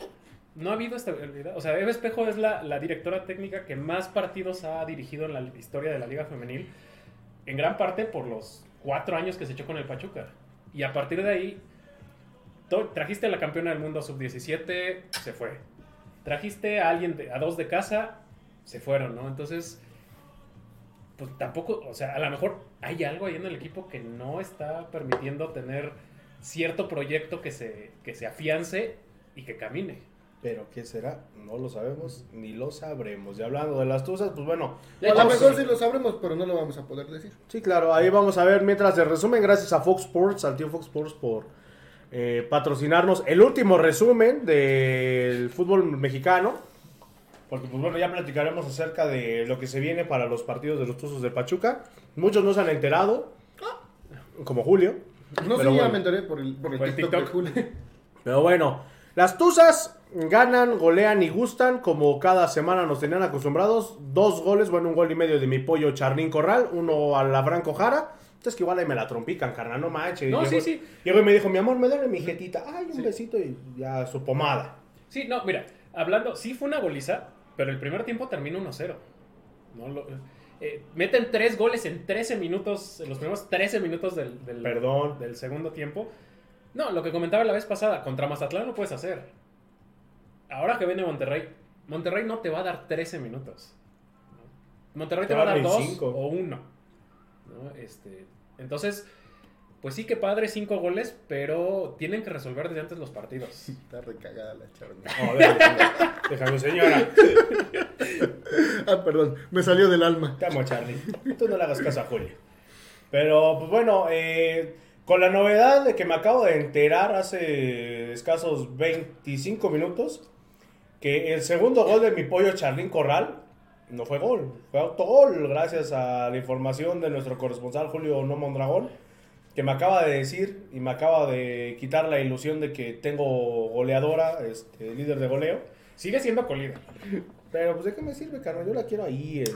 S3: no ha habido estabilidad. O sea, Eve Espejo es la, la directora técnica que más partidos ha dirigido en la historia de la Liga Femenil, en gran parte por los cuatro años que se echó con el Pachuca. Y a partir de ahí, to- trajiste a la campeona del mundo sub-17, se fue. Trajiste a alguien, de- a dos de casa, se fueron, ¿no? Entonces, pues tampoco, o sea, a lo mejor hay algo ahí en el equipo que no está permitiendo tener cierto proyecto que se, que se afiance y que camine.
S6: Pero ¿qué será? No lo sabemos ni lo sabremos. Y hablando de las tuzas, pues bueno,
S3: Ya
S2: a lo
S3: vamos
S2: mejor
S3: a-
S2: sí lo sabremos, pero no lo vamos a poder decir.
S1: Sí, claro, ahí vamos a ver. Mientras de resumen, gracias a Fox Sports, al tío Fox Sports por eh, patrocinarnos el último resumen del fútbol mexicano.
S6: porque pues bueno, ya platicaremos acerca de lo que se viene para los partidos de los tuzos de Pachuca. Muchos no se han enterado,
S1: Como Julio.
S2: No sé,
S1: Pero
S2: ya
S1: bueno.
S2: me enteré por el, por el
S3: Por el
S2: TikTok, de
S3: TikTok.
S2: Julio.
S1: Pero bueno, las Tuzas ganan, golean y gustan, como cada semana nos tenían acostumbrados. Dos goles, bueno, un gol y medio de mi pollo Charlín Corral, uno a la Franco Jara. Entonces que igual ahí me la trompican, carnal, no manches.
S3: No,
S6: Llegó-
S3: sí, sí.
S6: Llegó y me dijo, mi amor, me duele mi jetita. Ay, un besito y ya su pomada.
S3: Sí, no, mira, hablando, sí fue una goliza, pero el primer tiempo termina 1-0. No lo- eh, meten tres goles en 13 minutos, en los primeros 13 minutos del, del-
S6: Perdón.
S3: del segundo tiempo. No, lo que comentaba la vez pasada, contra Mazatlán lo puedes hacer. Ahora que viene Monterrey, Monterrey no te va a dar 13 minutos. Monterrey te va a dar 2
S6: 25.
S3: o 1. Este, entonces, pues sí que padre, 5 goles, pero tienen que resolver desde antes los
S2: [laughs]
S3: partidos.
S2: Está recagada la charla.
S1: [laughs]
S6: Joder, déjame, señora.
S2: Ah, perdón, me salió del alma.
S6: Te amo, Charlie. Tú no le hagas caso a Julio. Pero, pues bueno, eh, con la novedad de que me acabo de enterar hace escasos 25 minutos, que el segundo gol de mi pollo Charlín Corral no fue gol, fue autogol, gracias a la información de nuestro corresponsal Julio No Mondragón, que me acaba de decir y me acaba de quitar la ilusión de que tengo goleadora, este, líder de goleo.
S3: Sigue siendo colida.
S6: Pero, pues, ¿de qué me sirve, carnal? Yo la quiero ahí. eh.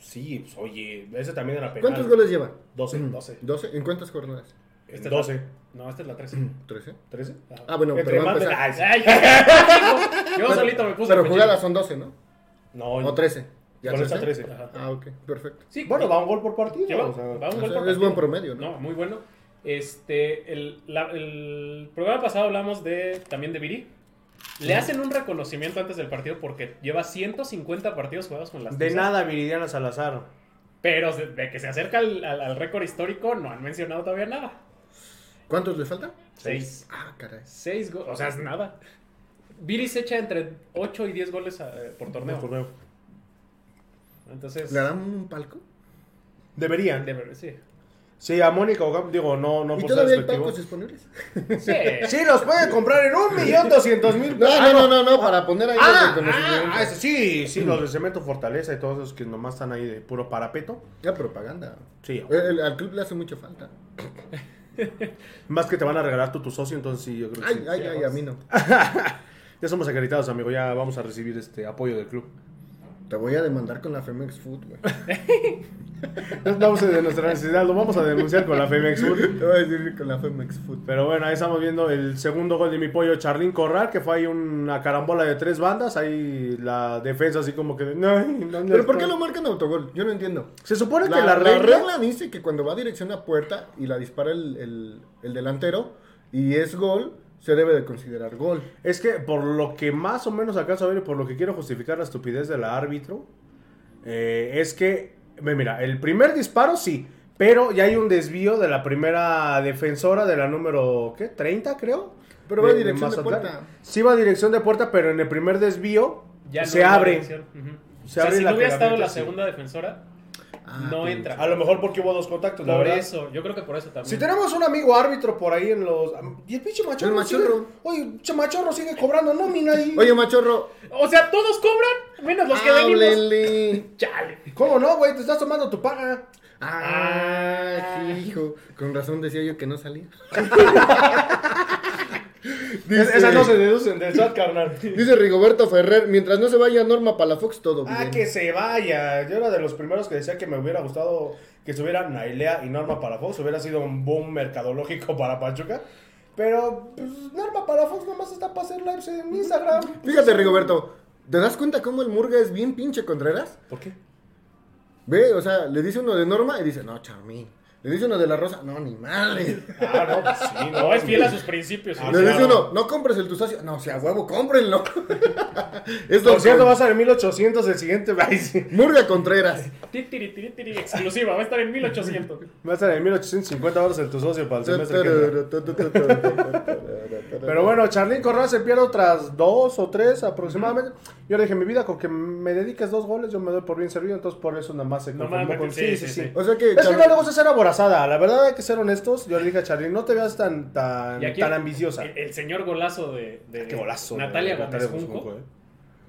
S6: Sí, pues, oye, ese también era penal.
S2: ¿Cuántos goles lleva?
S6: 12, 12.
S2: 12. ¿En cuántas jornadas?
S6: En
S3: Esta es la-
S6: 12.
S3: No, esta es la 13.
S2: 13.
S6: 13.
S2: Ah, bueno,
S6: Entre
S2: pero va a
S6: más
S2: empezar.
S6: penales.
S3: Ay, yo solito me puse.
S2: Pero
S3: el
S2: jugadas son 12, ¿no?
S6: No,
S2: O 13. ¿Ya
S6: Con esta 13.
S2: 13?
S3: cuchillo. Ajá.
S2: Ah, ok, perfecto.
S3: Sí,
S6: Bueno, va un gol por partido.
S3: lleva-
S6: o sea,
S3: va un
S2: o
S3: gol
S2: sea,
S3: por
S2: es buen
S3: partido.
S2: promedio, ¿no?
S3: muy bueno. Este, el, la- el programa pasado hablamos de también de Viri. Le hacen un reconocimiento antes del partido porque lleva 150 partidos jugados con las
S1: De
S3: Tuzas,
S1: nada, Viridiana Salazar.
S3: Pero de, de que se acerca al, al- al récord histórico no han mencionado todavía nada.
S2: ¿Cuántos le falta?
S3: Seis.
S2: Ah, caray.
S3: Seis goles. O sea, es nada. Viri se echa entre 8 y 10 goles eh, por torneo. Entonces,
S2: ¿Le dan un palco?
S6: Deberían.
S3: de ver- sí.
S1: Sí, a Mónica Ocampo, digo, no, no
S2: ¿Y
S1: por ser
S2: todavía hay
S1: despectivo.
S2: palcos
S1: [laughs]
S2: disponibles?
S3: Sí.
S1: Sí, los puede comprar en un millón doscientos mil.
S2: No, no, no, no, no, para poner ahí los
S1: Ah,
S2: reconocimientos.
S1: ah, eso sí, sí, los de Cemento Fortaleza y todos esos que nomás están ahí de puro parapeto.
S2: Ya propaganda.
S1: Sí, Pues
S2: El- el- al club le hace mucha falta.
S1: más que te van a regalar tú tu socio, entonces sí, yo creo que
S2: Ay,
S1: sí.
S2: ay, ay, a mí no.
S1: Ya somos acreditados, amigo, ya vamos a recibir este apoyo del club.
S2: Te voy a demandar con la Femex Food, güey.
S1: [laughs] Vamos a de nuestra necesidad, lo vamos a denunciar con la Femex Sur.
S2: Te voy a decir que con la Femex Food.
S1: Pero bueno, ahí estamos viendo el segundo gol de mi pollo Charlín Corral, que fue ahí una carambola de tres bandas, ahí la defensa así como que... de, "Ay, ¿dónde
S2: ¿Pero por
S1: está?".
S2: qué lo marcan autogol? Yo no entiendo.
S1: Se supone
S2: La,
S1: que
S2: la
S1: la regla...
S2: regla... dice que cuando va dirección a puerta y la dispara el, el- el delantero y es gol, se debe de considerar gol.
S1: Es que por lo que más o menos alcanzo a ver y por lo que quiero justificar la estupidez del árbitro, eh, es que, ve, mira, el primer disparo sí, pero ya hay un desvío de la primera defensora de la número, ¿qué? 30 creo.
S2: Pero va dirección de
S1: Mazatlán.
S2: puerta.
S1: Sí va a dirección de puerta, pero en el primer desvío
S3: Ya no
S1: se
S3: hay
S1: abre.
S3: dirección. Ujú.
S1: Se
S3: o sea,
S1: abre
S3: si no hubiera estado la
S1: lateralmente, sí.
S3: segunda defensora,
S2: Ah,
S3: no entra.
S6: A lo mejor porque hubo dos contactos, la
S3: por
S6: verdad.
S3: eso, yo creo que por eso también.
S1: Si tenemos un amigo árbitro por ahí en los... Y el pinche machorro,
S2: El machorro.
S1: sigue- Oye, che, machorro sigue cobrando nómina ahí.
S2: Oye, machorro,
S3: O sea, todos cobran, menos
S2: Ah,
S3: los Pues que venimos.
S2: háblele.
S3: Chale.
S1: ¿Cómo no, güey? Te estás tomando tu paga.
S2: Ah, hijo. Con razón decía yo que no salía.
S6: Es- Esas no se deducen del SAT, carnal.
S2: Dice Rigoberto Ferrer, mientras no se vaya Norma Palafox, todo bien.
S6: Ah, que se vaya. Yo era de los primeros que decía que me hubiera gustado que estuviera Nailea y Norma Palafox. Hubiera sido un boom mercadológico para Pachuca. Pero, pues, Norma Palafox nomás está para hacer lives en Instagram.
S2: Fíjate, Rigoberto, ¿te das cuenta cómo el Murga es bien pinche Contreras?
S6: ¿Por qué?
S2: Ve, o sea, le dice uno de Norma y dice, no, Charmín. Le dice uno de la rosa, no, ni madre.
S1: Ah, no, pues sí,
S3: No, es fiel a sus principios.
S1: Ah,
S2: [laughs] Le
S1: no.
S3: sí.
S2: dice uno, no compres el tusacio. No, o sea, huevo, cómprenlo. [laughs] es
S7: Por
S2: don
S7: cierto, va a ser 1800 el
S6: [laughs]
S7: siguiente. ay, sí.
S2: Murga Contreras.
S3: Ti, tiri, tiri, tiri, exclusiva, va a estar en 1800.
S7: Va a ser en 1850 dólares el tu socio para el semestre que entra.
S2: [laughs]
S7: Pero
S2: Pero
S7: bueno, Charlín Corral se pierde otras dos o tres aproximadamente. Yo le dije, mi vida, con que me dediques dos goles, yo me doy por bien servido. Entonces, por eso nada más se
S3: No
S7: conformó
S3: mames,
S7: con-
S3: sí, sí, sí.
S2: O sea que.
S7: Es que
S2: Charlie-
S7: no le gusta ser aborazada. La verdad, hay que ser honestos. Yo le dije a Charlín, no te veas tan, tan,
S3: Y aquí-
S7: tan ambiciosa.
S3: El, el señor golazo de, de
S1: Ah,
S7: Qué golazo,
S3: Natalia
S7: güey,
S3: Gómez
S7: Gómez
S3: Junco.
S7: Junco, eh.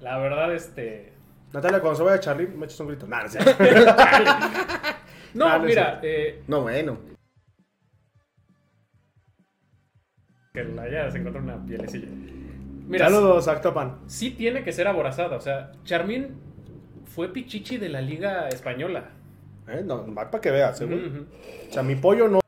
S3: La verdad, este.
S7: Natalia, cuando se vaya Charlín, me echas un grito. Nah, no sé.
S3: No,
S7: Dale,
S3: mira, eh,
S2: No, bueno.
S3: que la- ya se encontró una pielecilla. Mira,
S7: Saludos, Actopan.
S3: sí tiene que ser aborazada. O sea, Charmín fue pichichi de la Liga Española.
S7: Eh, no, va para que veas, eh, güey.
S3: Ujú.
S7: O sea, mi pollo no.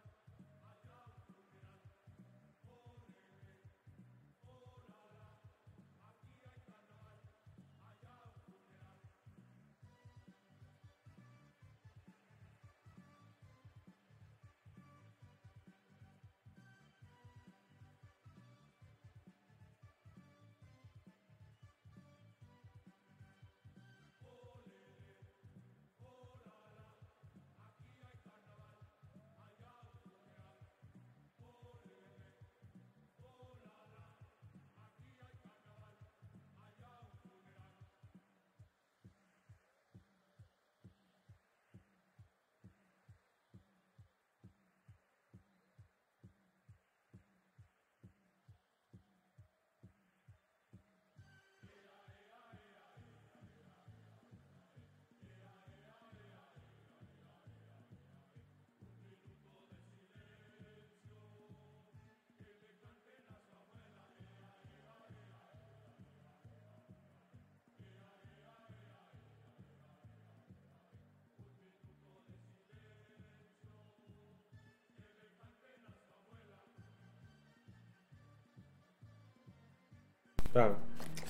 S7: Claro,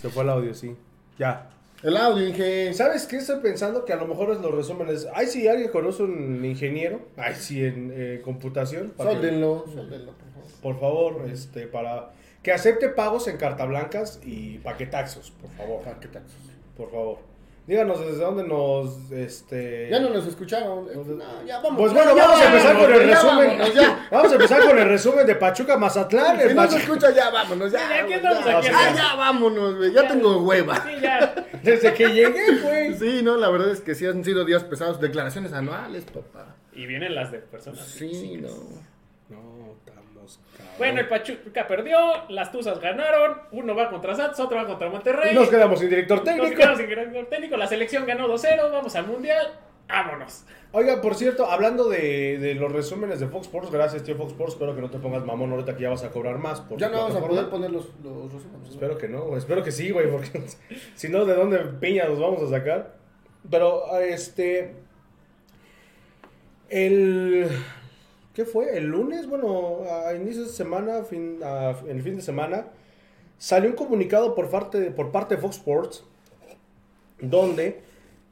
S7: se fue el audio, sí. Ya.
S2: El audio, Inge.
S7: ¿Sabes qué? Estoy pensando que a lo mejor es los resúmenes. Ay, si alguien conoce un ingeniero. Ay, sí, en eh, computación. para que-
S2: Sóldenlo, sóldenlo, por favor.
S1: Por favor, este, para que acepte pagos en cartablancas y paquetaxos, por favor.
S2: Paquetazos.
S1: Por favor. Díganos desde dónde nos, este...
S2: Ya no nos escucharon. No, ya vamos.
S1: Pues bueno,
S2: Ya
S1: vamos a empezar con el
S2: ya
S1: resumen. [laughs]
S2: vámonos, ya.
S1: Vamos a empezar con el resumen de Pachuca
S2: [laughs]
S1: Mazatlán.
S2: Si
S1: el
S2: no se
S1: Pachuca-
S2: escucha, ya vámonos. Ya,
S3: Ya, ¿qué
S2: vámonos,
S3: estamos
S2: ya.
S3: aquí?
S2: Ah, ya vámonos, güey. Ya tengo hueva.
S3: Sí, ya.
S1: Desde que llegué, güey.
S2: Sí, no, la verdad es que sí han sido días pesados. Declaraciones anuales, papá.
S3: Y vienen las de personas.
S2: Sí, no.
S1: No, estamos cabrón.
S3: Bueno, el Pachuca perdió, las Tuzas ganaron, uno va contra Santos, otro va contra Monterrey.
S1: Nos quedamos sin director
S3: Nos
S1: técnico.
S3: quedamos sin director técnico, la selección ganó 2-0, vamos al Mundial, vámonos.
S1: Oiga, por cierto, hablando de, de los resúmenes de Fox Sports, gracias, tío Fox Sports. Espero que no te pongas mamón ahorita que ya vas a cobrar más. por
S2: Ya
S1: tu
S2: no vamos a
S1: plataforma.
S2: poder poner los, los resúmenes.
S1: Espero que no, güey. espero que sí, güey, porque [laughs] si no, ¿de dónde piña nos vamos a sacar? Pero, este. El. ¿Qué fue? ¿El lunes? Bueno, a inicios de semana, fin, a- en el fin de semana, salió un comunicado por parte, por parte de Fox Sports, donde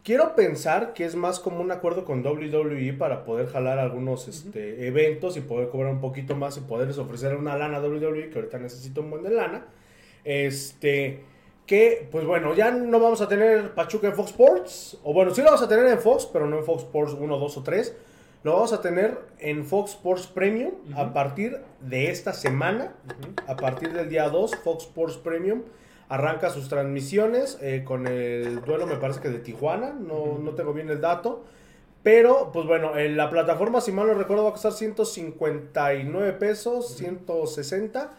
S1: quiero pensar que es más como un acuerdo con WWE para poder jalar algunos este, eventos y poder cobrar un poquito más y poderles ofrecer una lana a WWE, que ahorita necesito un buen de lana. Este, que, pues bueno, ya no vamos a tener Pachuca en Fox Sports. O bueno, sí lo vamos a tener en Fox, pero no en Fox Sports 1, 2 o 3. Lo vamos a tener en Fox Sports Premium a partir de esta semana. A partir del día 2, Fox Sports Premium arranca sus transmisiones eh, con el duelo, me parece que de Tijuana. No, no tengo bien el dato. Pero, pues bueno, en la plataforma, si mal no recuerdo, va a costar 159 pesos, 160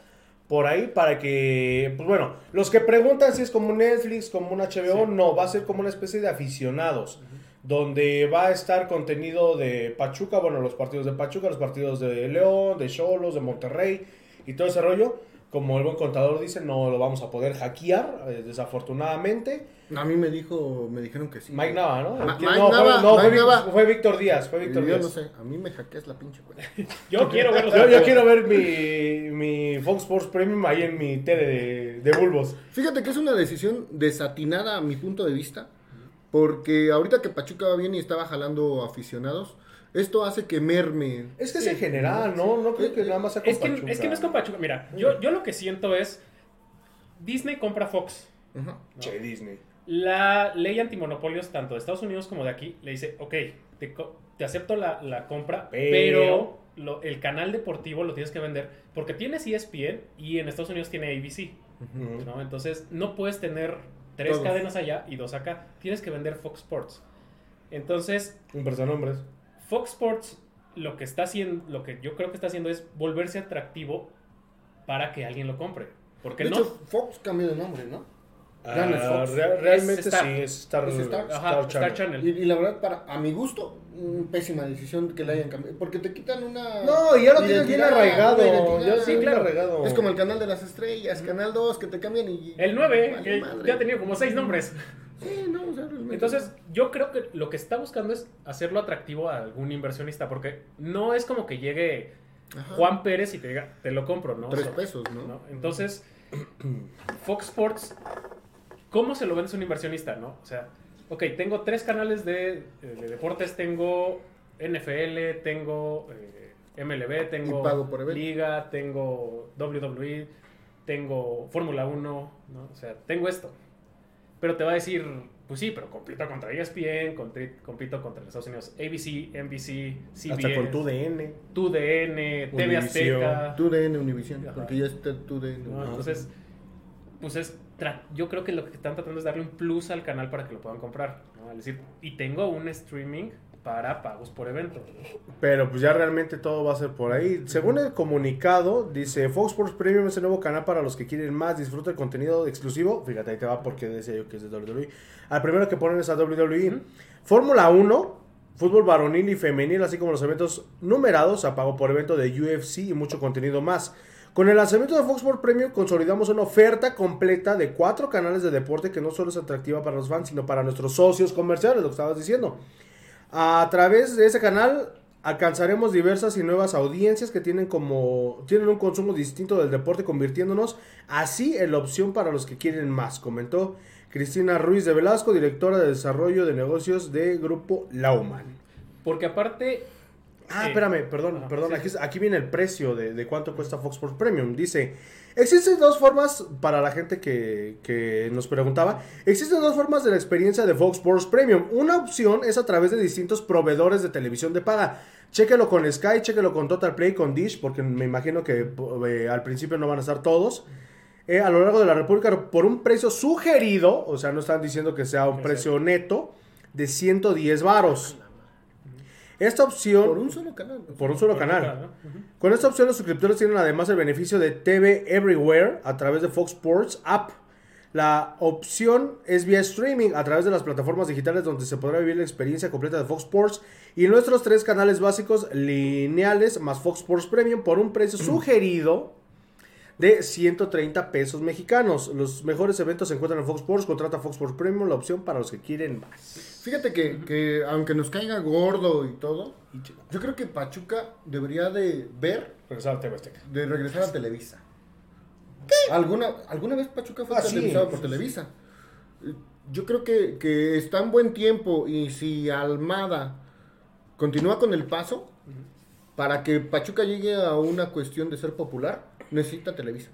S1: por ahí para que, pues bueno, los que preguntan si es como un Netflix, como un HBO, no, va a ser como una especie de aficionados, donde va a estar contenido de Pachuca, bueno, los partidos de Pachuca, los partidos de León, de Cholos, de Monterrey y todo ese rollo. Como el buen contador dice, no lo vamos a poder hackear, eh, desafortunadamente.
S2: A mí me dijo, me dijeron que sí.
S1: Mike Nava, ¿no?
S2: Ma-
S1: ¿Quién?
S2: Mike
S1: no, fue-
S2: Nava,
S1: no, fue,
S2: Mike
S1: Vic-
S2: Nava.
S1: fue Víctor Díaz, fue Víctor
S2: Yo
S1: Díaz.
S2: no sé, a mí me hackeas la pinche cuenta.
S3: Yo quiero verlos.
S1: Yo, yo quiero ver mi, mi Fox Sports Premium ahí en mi tele de, de bulbos.
S2: Fíjate que es una decisión desatinada a mi punto de vista, porque ahorita que Pachuca va bien y estaba jalando aficionados, Esto hace que merme.
S6: Es que es en general, ¿no? No creo que nada más sea con
S3: Es que,
S6: Pachuca.
S3: es que no es con Pachuca. Mira, yo, yo lo que siento es. Disney compra Fox.
S6: Che, Disney.
S3: La ley antimonopolios, tanto de Estados Unidos como de aquí, le dice: Ok, te, co- te acepto la, la compra,
S6: Pero-
S3: pero, lo- el canal deportivo lo tienes que vender. Porque tienes E ESPN y en Estados Unidos tiene ABC. ¿no? Entonces, no puedes tener tres
S2: Todos.
S3: cadenas allá y dos acá. Tienes que vender Fox Sports. Entonces,
S6: Un persanombres.
S3: Fox Sports lo que está haciendo, lo que yo creo que está haciendo es volverse atractivo para que alguien lo compre. Porque
S2: de
S3: no.
S2: hecho, Fox cambió de nombre, ¿no?
S6: Ah,
S2: Gana Fox.
S6: rea- realmente
S3: Es Star.
S6: sí, es Star,
S2: Es Star.
S3: Ajá, Star
S6: Channel.
S3: Channel.
S2: Y, y la verdad, para a mi gusto, mm, pésima decisión que le hayan cambiado. Porque te quitan una.
S6: No, y ya lo tienen bien
S2: identidad,
S6: arraigado.
S2: una
S6: Ya
S2: identidad.
S6: lo
S3: Sí,
S6: tienen bien
S3: claro.
S6: arraigado.
S2: Es como el canal de las estrellas, Canal 2, que te cambian y.
S3: El 9,
S2: Vale
S3: que
S2: madre.
S3: ya ha tenido como seis nombres.
S2: Sí, no, o sea, realmente-
S3: Entonces, yo creo que lo que está buscando es hacerlo atractivo a algún inversionista. Porque no es como que llegue
S2: Ajá.
S3: Juan Pérez y te diga, te lo compro, ¿no?
S2: Tres
S3: O sea,
S2: pesos, ¿no?
S3: ¿no? Entonces, [clears throat] Fox Sports, ¿cómo se lo vendes a un inversionista, no? O sea, ok, tengo tres canales de, eh, de deportes, tengo NFL, tengo eh, MLB, tengo
S2: Y pago por evento.
S3: Liga, tengo WWE, tengo Fórmula 1, ¿no? O sea, tengo esto. Pero te va a decir, pues sí, pero compito contra ESPN, contri- compito contra los Estados Unidos, ABC, NBC, CBS,
S1: Hasta con tu DN.
S3: TUDN, TV
S6: Univision.
S3: Azteca.
S2: Tu DN Univision,
S3: Ajá.
S2: porque ya está tu DN.
S3: ¿no?
S2: Ajá.
S3: Entonces, pues es, tra- yo creo que lo que están tratando es darle un plus al canal para que lo puedan comprar. ¿no? Es decir, y tengo un streaming para pagos por evento.
S1: Pero pues ya realmente todo va a ser por ahí. Según el comunicado, dice Fox Sports Premium es el nuevo canal para los que quieren más, disfruta el contenido exclusivo. Fíjate, ahí te va porque decía yo que es de WWE. Al primero que ponen es a WWE. Fórmula 1, fútbol varonil y femenil, así como los eventos numerados a pago por evento de UFC y mucho contenido más. Con el lanzamiento de Fox Sports Premium consolidamos una oferta completa de cuatro canales de deporte que no solo es atractiva para los fans, sino para nuestros socios comerciales, lo que estabas diciendo. A través de ese canal alcanzaremos diversas y nuevas audiencias que tienen como tienen un consumo distinto del deporte, convirtiéndonos así en la opción para los que quieren más, comentó Cristina Ruiz de Velasco, directora de desarrollo de negocios de Grupo Lauman.
S3: Porque aparte,
S1: Ah,
S3: Sí.
S1: espérame, perdón,
S3: Ajá,
S1: perdón.
S3: sí,
S1: Aquí, aquí viene el precio de, de cuánto cuesta Fox Sports Premium. Dice: Existen dos formas, para la gente que, que nos preguntaba, existen dos formas de la experiencia de Fox Sports Premium. Una opción es a través de distintos proveedores de televisión de paga. Chéquelo con Sky, chéquelo con Total Play, con Dish, porque me imagino que eh, al principio no van a estar todos. Eh, a lo largo de la República por un precio sugerido, o sea, no están diciendo que sea un precio neto, de 110 varos.
S3: Ah,
S1: Esta opción...
S2: Por un solo canal. ¿no?
S1: Por un solo
S3: claro,
S1: canal.
S3: Ah, ¿no? Ujú.
S1: Con esta opción los suscriptores tienen además el beneficio de TV Everywhere a través de Fox Sports App. La opción es vía streaming a través de las plataformas digitales donde se podrá vivir la experiencia completa de Fox Sports y nuestros tres canales básicos lineales más Fox Sports Premium por un precio sugerido de 130 pesos mexicanos. Los mejores eventos se encuentran en Fox Sports, contrata Fox Sports Premium, la opción para los que quieren más.
S2: Fíjate que, que aunque nos caiga gordo y todo, yo creo que Pachuca debería de ver,
S6: Regresar al TV Azteca.
S2: de regresar a Televisa. ¿Alguna, alguna vez Pachuca fue
S1: Ah, sí.
S2: televisado por Televisa? Eh, Yo creo que, que está en buen tiempo y si Almada continúa con el paso, para que Pachuca llegue a una cuestión de ser popular, necesita Televisa.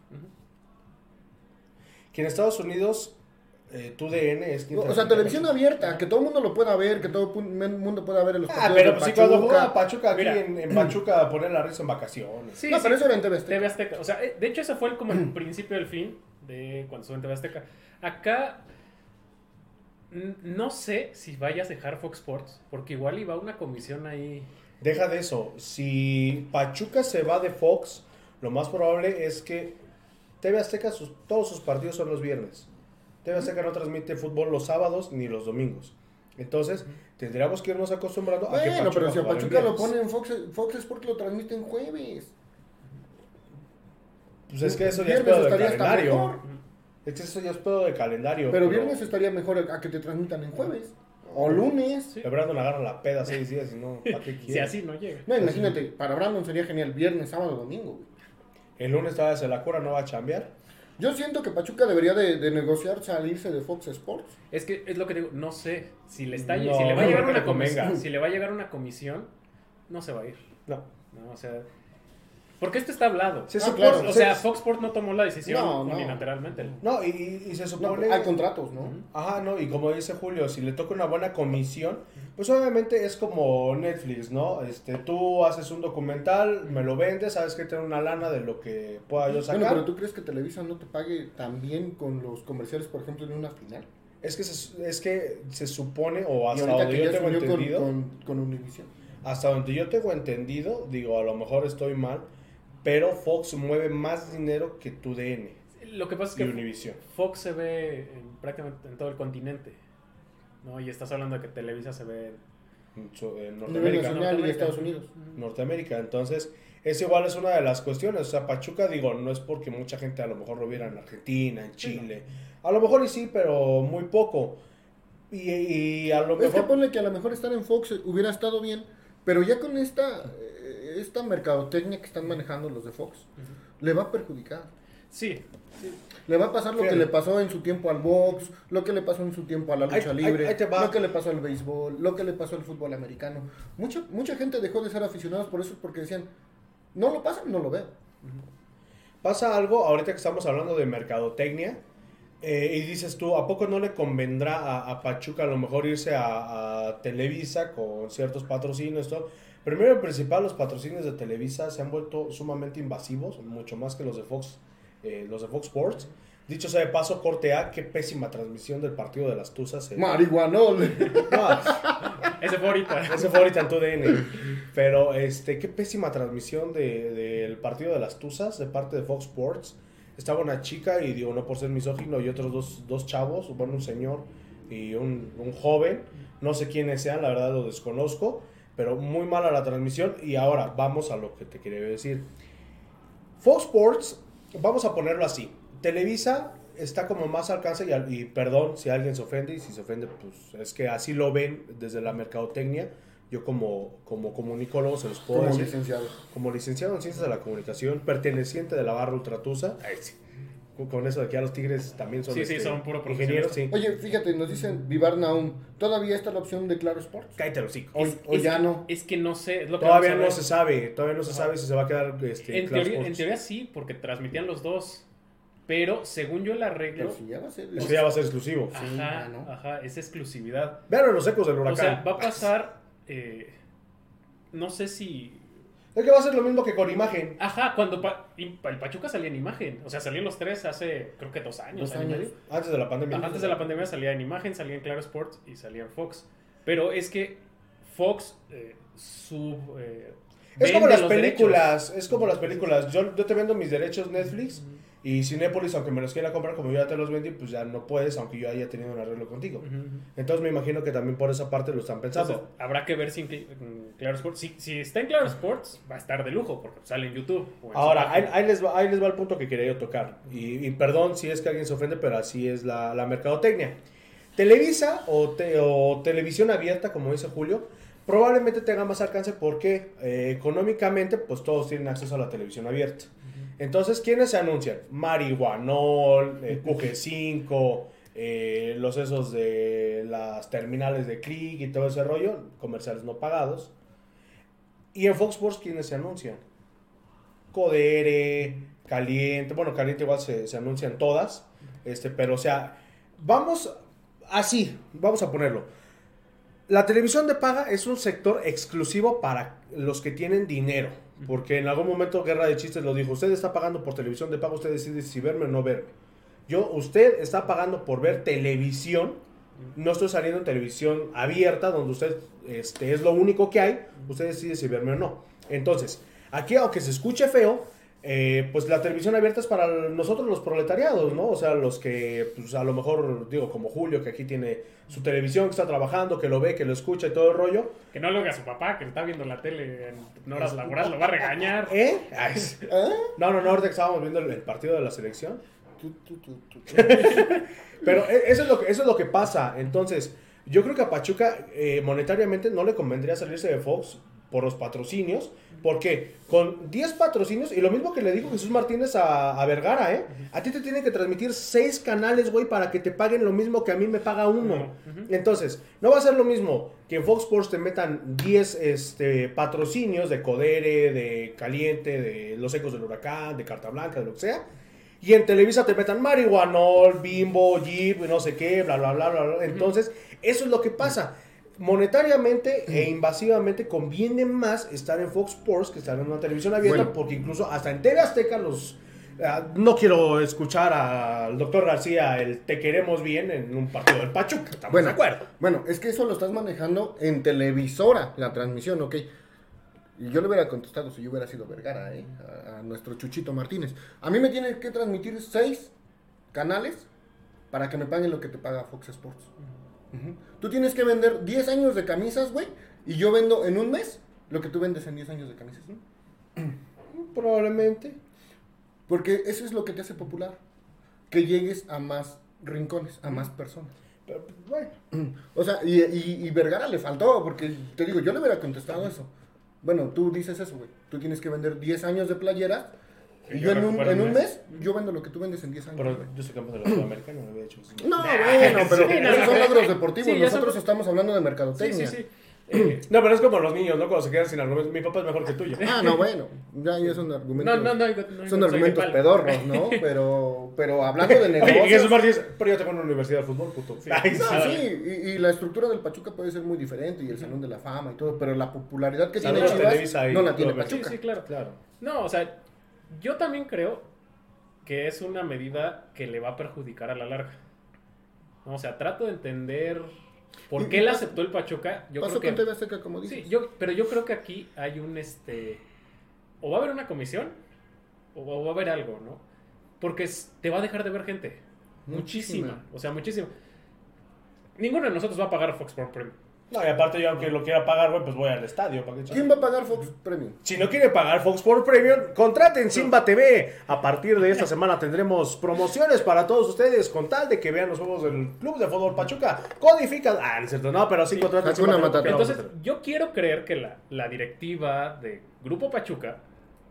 S6: Que en Estados Unidos, eh, tu DN es quien
S2: No, o sea,
S6: transmite
S2: televisión
S6: Pachuca.
S2: abierta, que todo el mundo lo pueda ver, que todo el mundo pueda ver en los
S6: Ah,
S2: partidos
S6: pero
S2: de
S6: pues, sí, cuando jugaba
S2: Pachuca.
S6: Pachuca aquí
S3: Mira.
S6: en, en Pachuca
S2: [clears throat]
S6: a poner la risa en vacaciones.
S3: Sí,
S2: no,
S3: sí.
S2: pero eso era en TV Azteca.
S3: TV Azteca. O sea, eh, de hecho, ese fue el-
S2: [clears throat]
S3: como el principio del fin de cuando suben TV Azteca. Acá. n- No sé si vayas a dejar Fox Sports, porque igual iba una comisión ahí.
S6: Deja de eso. Si Pachuca se va de Fox, lo más probable es que TV Azteca, sus- todos sus partidos son los viernes. TV Azteca no transmite fútbol los sábados ni los domingos. Entonces, tendríamos que irnos acostumbrando a que
S2: Bueno, pero si
S6: juegue
S2: a
S6: en
S2: Pachuca lo
S6: viernes.
S2: pone en Fox, Fox Sports lo transmite en jueves.
S6: Pues es que eso ya es
S2: Viernes
S6: pedo de
S2: estaría hasta
S6: calendario.
S2: mejor.
S6: Es que eso ya es pedo de calendario.
S2: Pero viernes estaría mejor a que te transmitan en jueves. O lunes.
S6: El Brandon agarra la peda seis días y no,
S2: [laughs]
S6: ¿para qué
S3: Si
S6: quiere?
S3: así no llega.
S2: No, imagínate, para Brandon sería genial viernes, sábado, domingo. güey.
S6: El lunes todavía se la cura, no va a chambear.
S2: Yo siento que Pachuca debería de, de negociar salirse de Fox Sports.
S3: Es que es lo que digo, no sé si le está
S6: No,
S3: si le va a
S6: no
S3: llegar
S6: creo que
S3: una
S6: convenga.
S3: comisión, si le va a llegar una comisión no se va a ir.
S1: No.
S3: No, o sea, porque esto está hablado.
S8: Se
S2: Ah,
S8: supone-
S2: claro.
S8: se-
S3: O sea, Fox Sports no tomó la decisión
S2: No, no.
S3: unilateralmente.
S1: No, y- y, y se
S2: No,
S1: supone.
S2: hay contratos, ¿no?
S1: Ajá, no, y como dice Julio, si le toca una buena comisión, pues obviamente es como Netflix, ¿no? Este, tú haces un documental, me lo vendes, sabes que tengo una lana de lo que pueda yo sacar.
S2: Bueno, pero ¿tú crees que Televisa no te pague también con los comerciales, por ejemplo, en una final?
S1: es, que se, es que se supone, o
S2: Y
S1: hasta
S2: ahorita
S1: donde
S2: que
S1: yo
S2: ya
S1: tengo
S2: subió con,
S1: entendido,
S2: con, con Univision.
S1: hasta donde yo tengo entendido, digo, a lo mejor estoy mal, pero Fox mueve más dinero que tu DN
S3: Lo que pasa es
S1: y
S3: que
S1: Univision.
S3: Fox se ve en- prácticamente en todo el continente. ¿no? Y estás hablando de que Televisa se ve en
S1: So- en
S2: Nivel
S1: Norteamérica.
S2: nacional y de
S3: Norteamérica.
S2: Estados Unidos.
S1: Norteamérica. Entonces, es igual es una de las cuestiones. O sea, Pachuca, digo, no es porque mucha gente a lo mejor lo viera en Argentina, en Chile. A lo mejor y sí, pero muy poco. Y, y a lo
S2: Es que
S1: mejor...
S2: ponle que a lo mejor estar en Fox eh, hubiera estado bien, pero ya con esta, eh, esta mercadotecnia que están manejando los de Fox, le va a perjudicar.
S3: Sí,
S2: Le va a pasar lo que
S1: Fíjate.
S2: le pasó en su tiempo al box, lo que le pasó en su tiempo a la lucha
S1: Ahí-
S2: libre,
S1: ahí- ahí te va.
S2: lo que le pasó al béisbol, lo que le pasó al fútbol americano. Mucha, mucha gente dejó de ser aficionados por eso porque decían, no lo pasan, no lo veo.
S1: Pasa algo, ahorita que estamos hablando de mercadotecnia, eh, y dices tú, ¿a poco no le convendrá a, a Pachuca a lo mejor irse a, a Televisa con ciertos patrocinios? Todo? Primero y principal, los patrocinios de Televisa se han vuelto sumamente invasivos, mucho más que los de Fox, eh, los de Fox Sports. Dicho sea de paso, corte A, qué pésima transmisión del partido de las Tuzas. eh.
S2: Marihuanol. [laughs]
S1: No,
S3: ese
S1: [laughs]
S3: fue ahorita.
S1: ese fue ahorita en tu DN. Pero, este, qué pésima transmisión de- del partido de las Tuzas de parte de Fox Sports. Estaba una chica y digo, no por ser misógino, y otros dos, dos chavos, bueno, un señor y un, un joven. No sé quiénes sean, la verdad lo desconozco. Pero muy mala la transmisión. Y ahora vamos a lo que te quería decir. Fox Sports, vamos a ponerlo así. Televisa está como más al alcance y, al- y perdón si alguien se ofende y si se ofende, pues es que así lo ven desde la mercadotecnia. Yo como, como comunicólogo se los puedo
S2: Como
S1: decir.
S2: licenciado.
S1: Como licenciado en Ciencias de la Comunicación, perteneciente de la barra Ultratusa. Ay, sí. Con- Con eso de que ya los tigres también son, este,
S3: Sí, sí, son puro
S1: ingenieros. Sí.
S2: Oye, fíjate, nos dicen Vivar Naum, ¿todavía está la opción de Claro Sports?
S1: Cállate el hocico.
S2: O, o ya no.
S3: Es que no sé. es lo que
S1: Todavía
S3: vamos
S1: no
S3: a ver.
S1: se sabe, todavía no se sabe si se va a quedar este,
S3: En
S1: Clash
S3: teoría, en
S1: Sports.
S3: teoría sí, porque transmitían los dos. Pero según yo el
S2: Pero
S3: arreglo.
S2: si ya va a ser.
S1: Eso ya va a ser exclusivo.
S3: Ajá,
S2: Sí, ya, ¿no?
S3: ajá, es exclusividad.
S1: Vean los ecos del huracán.
S3: O sea, va a pasar. eh, no sé si.
S1: Es que va a ser lo mismo que con imagen.
S3: Ajá, cuando pa- y pa- el Pachuca salía en imagen. O sea, salían los tres hace creo que dos años.
S2: Dos
S3: año y
S2: años.
S3: medio.
S1: Antes de la pandemia.
S3: Ajá, Antes de la pandemia salía en imagen, salía en Claro Sports y salía en Fox. Pero es que Fox eh, sub. eh,
S1: Es como
S3: vende
S1: las
S3: los
S1: películas. Es como las películas. Yo, yo te vendo mis derechos Netflix y Cinépolis, aunque me los quiera comprar, como yo ya te los vendí, pues ya no puedes, aunque yo haya tenido un arreglo contigo.
S3: derechos. Ujú.
S1: Entonces me imagino que también por esa parte lo están pensando.
S3: Entonces, habrá que ver si en, Cl- en Claro Sports. Si, si está en Claro Sports, va a estar de lujo, porque sale en YouTube. o en su
S1: Ahora, ahí,
S3: página.
S1: ahí les va, ahí les va el punto que quería yo tocar. Y, y perdón si es que alguien se ofende, pero así es la, la mercadotecnia. Televisa o, te- o televisión abierta, como dice Julio, probablemente tenga más alcance porque eh, económicamente, pues todos tienen acceso a la televisión abierta. Entonces, ¿quiénes se anuncian? Marihuanol, eh, QG5, eh, los esos de las terminales de Click y todo ese rollo, comerciales no pagados. Y en Fox Sports, ¿quiénes se anuncian? Codere, Caliente, bueno, Caliente igual se, se anuncian todas, este, pero o sea, vamos así, vamos a ponerlo. La televisión de paga es un sector exclusivo para los que tienen dinero, porque en algún momento Guerra de Chistes lo dijo, usted está pagando por televisión de paga, usted decide si verme o no verme. Yo, usted está pagando por ver televisión, no estoy saliendo en televisión abierta, donde usted este, es lo único que hay, usted decide si verme o no. Entonces, aquí, aunque se escuche feo, eh, pues la televisión abierta es para nosotros los proletariados, ¿no? O sea, los que, pues a lo mejor, digo, como Julio, que aquí tiene su televisión, que está trabajando, que lo ve, que lo escucha y todo el rollo.
S3: Que no lo haga su papá, que está viendo la tele en horas laborales, lo va
S2: [laughs]
S3: a regañar.
S1: ¿Eh? [laughs] Ay, es-
S2: ¿Eh?
S1: No, no, no, ahorita que estábamos viendo el- el partido de la selección.
S2: Tú, tú, tú, tú.
S1: Pero e- eso es lo que, eso es lo que pasa. Entonces, yo creo que a Pachuca eh, monetariamente no le convendría salirse de Fox por los patrocinios, porque con 10 patrocinios, y lo mismo que le dijo Jesús Martínez a, a Vergara, ¿eh? A ti te tienen que transmitir 6 canales, güey, para que te paguen lo mismo que a mí me paga uno. Entonces, no va a ser lo mismo que en Fox Sports te metan 10 este, patrocinios de Codere, de Caliente, de Los Ecos del Huracán, de Carta Blanca, de lo que sea. Y en Televisa te metan marihuanol, bimbo, jeep, no sé qué, bla, bla, bla, bla. bla. Entonces, eso es lo que pasa. Monetariamente e invasivamente conviene más estar en Fox Sports que estar en una televisión abierta,
S2: Bueno.
S1: porque incluso hasta en TV Azteca los... ah, no quiero escuchar al doctor García el te queremos bien en un partido del Pachuca, estamos
S2: Bueno,
S1: de acuerdo.
S2: bueno, es que eso lo estás manejando en televisora, la transmisión, ok. Y yo le hubiera contestado si yo hubiera sido Vergara, ¿eh? A, a nuestro Chuchito Martínez. A mí me tienen que transmitir seis canales para que me paguen lo que te paga Fox Sports. Ujú. Tú tienes que vender 10 años de camisas, güey, y yo vendo en un mes lo que tú vendes en 10 años de camisas. ¿no?
S1: Probablemente.
S2: Porque eso es lo que te hace popular. Que llegues a más rincones, a más personas.
S1: Pero, pues, bueno,
S2: O sea, y, y- y Vergara le faltó, porque te digo, yo le hubiera contestado eso. Bueno, tú dices eso, güey. Tú tienes que vender 10 años de playera.
S3: Y
S2: Y
S3: yo
S2: yo en un,
S3: recupero
S2: en
S3: un
S2: un
S3: mes.
S2: mes, yo vendo lo que tú vendes en 10 años. güey.
S1: pero yo soy campeón de la Sudamérica, no lo había hecho.
S2: No, bueno, pero
S3: sí, no,
S2: esos son
S3: no,
S2: logros
S3: eh,
S2: deportivos.
S3: sí, ya
S2: Nosotros
S3: son-
S2: estamos hablando de
S3: Sí, sí,
S2: mercadotecnia.
S3: sí. Eh,
S1: No, pero es como los niños, ¿no? Cuando se quedan sin argumentos, mi papá es mejor que
S2: [laughs]
S1: tuyo.
S2: Ah, no, bueno. Ya, ya son argumentos.
S3: no, no, no. no
S2: son argumentos pedorros,
S3: [laughs]
S2: ¿no? Pero, pero hablando de
S1: [laughs] Oye,
S2: negocios.
S1: y Jesús Martínez, pero yo tengo una universidad de fútbol, puto. Ay, sí.
S2: No, sí, y, y la estructura del Pachuca puede ser muy diferente y el Salón de la Fama y todo, pero la popularidad que tiene
S1: Saludos,
S2: Chivas
S1: Televisa y
S2: no la tiene
S1: todo, pero-
S3: Sí,
S2: Pachuca.
S3: sí, claro.
S1: Claro.
S3: No, o sea, yo también creo que es una medida que le va a perjudicar a la larga. No, o sea, trato de entender por
S2: Y-
S3: qué
S2: y
S3: la
S2: pas-
S3: aceptó el Pachuca. Yo
S2: Pasó
S3: creo
S2: con
S3: que
S2: TV Azteca, como dices.
S3: Sí, yo, pero yo creo que aquí hay un este. O va a haber una comisión, o va, o va a haber algo, ¿no? Porque es- te va a dejar de ver gente. Muchísima.
S2: Muchísima.
S3: O sea, muchísima. Ninguno de nosotros va a pagar Fox por Premium.
S1: No, y aparte yo aunque lo quiera pagar, güey, pues voy al estadio. ¿para qué
S2: ¿Quién
S1: chingados?
S2: va a pagar Fox Premium?
S1: Si no quiere pagar Fox Sports Premium, contraten Simba TV.
S9: A partir de esta semana tendremos promociones para todos ustedes con tal de
S1: Que vean los juegos del Club de Fútbol Pachuca. Codifican. Ah, no es cierto, no, pero sí contraten Simba
S2: Hakuna
S1: TV,
S2: Matata.
S1: porque lo vamos a
S3: Entonces, yo quiero creer que la, la directiva de Grupo Pachuca,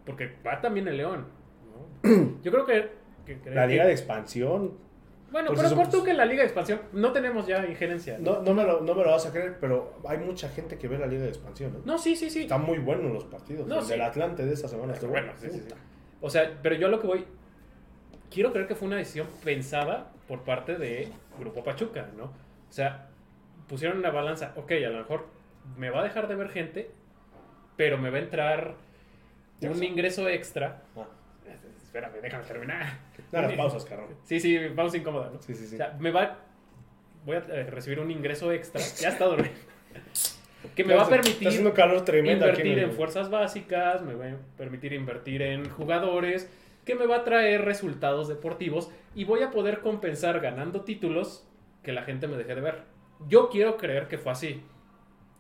S3: porque va también el León,
S1: [clears throat]
S3: ¿no? Yo creo que. que- que-
S1: hacer. La Liga de Expansión.
S3: Bueno,
S1: por
S3: pero
S1: si
S3: por
S1: somos-
S3: tú que la Liga de Expansión no tenemos ya injerencia. No,
S1: No, no, me lo, no me lo vas a creer, pero hay mucha gente que ve la Liga de Expansión. ¿eh?
S3: no sí, sí, sí.
S1: Está muy bueno los partidos.
S3: No,
S1: el del
S3: sí. Ah,
S1: Atlante de esta semana está
S3: Bueno,
S1: bueno.
S3: sí, sí, sí.
S1: Puta.
S3: O sea, pero yo a lo que voy. Quiero creer que fue una decisión pensada por parte de Grupo Pachuca, ¿no? O sea, pusieron una balanza. Ok, a lo mejor me va a dejar de ver gente, pero me va a entrar
S1: Ya
S3: un
S1: sé.
S3: ingreso extra.
S1: Ah,
S3: Espérame, déjame terminar.
S1: no, las pausas, carón.
S3: Sí, sí, pausa incómoda, ¿no?
S1: Sí, sí, sí.
S3: O sea, me va. Voy a eh, recibir un ingreso extra. Ya
S1: [laughs]
S3: está dormido. que me va a
S1: Está
S3: permitir
S1: haciendo calor tremendo aquí
S3: invertir
S1: el-
S3: en fuerzas básicas, me va a permitir invertir en jugadores, que me va a traer resultados deportivos y voy a poder compensar ganando títulos que la gente me deje de ver. Yo quiero creer que fue así.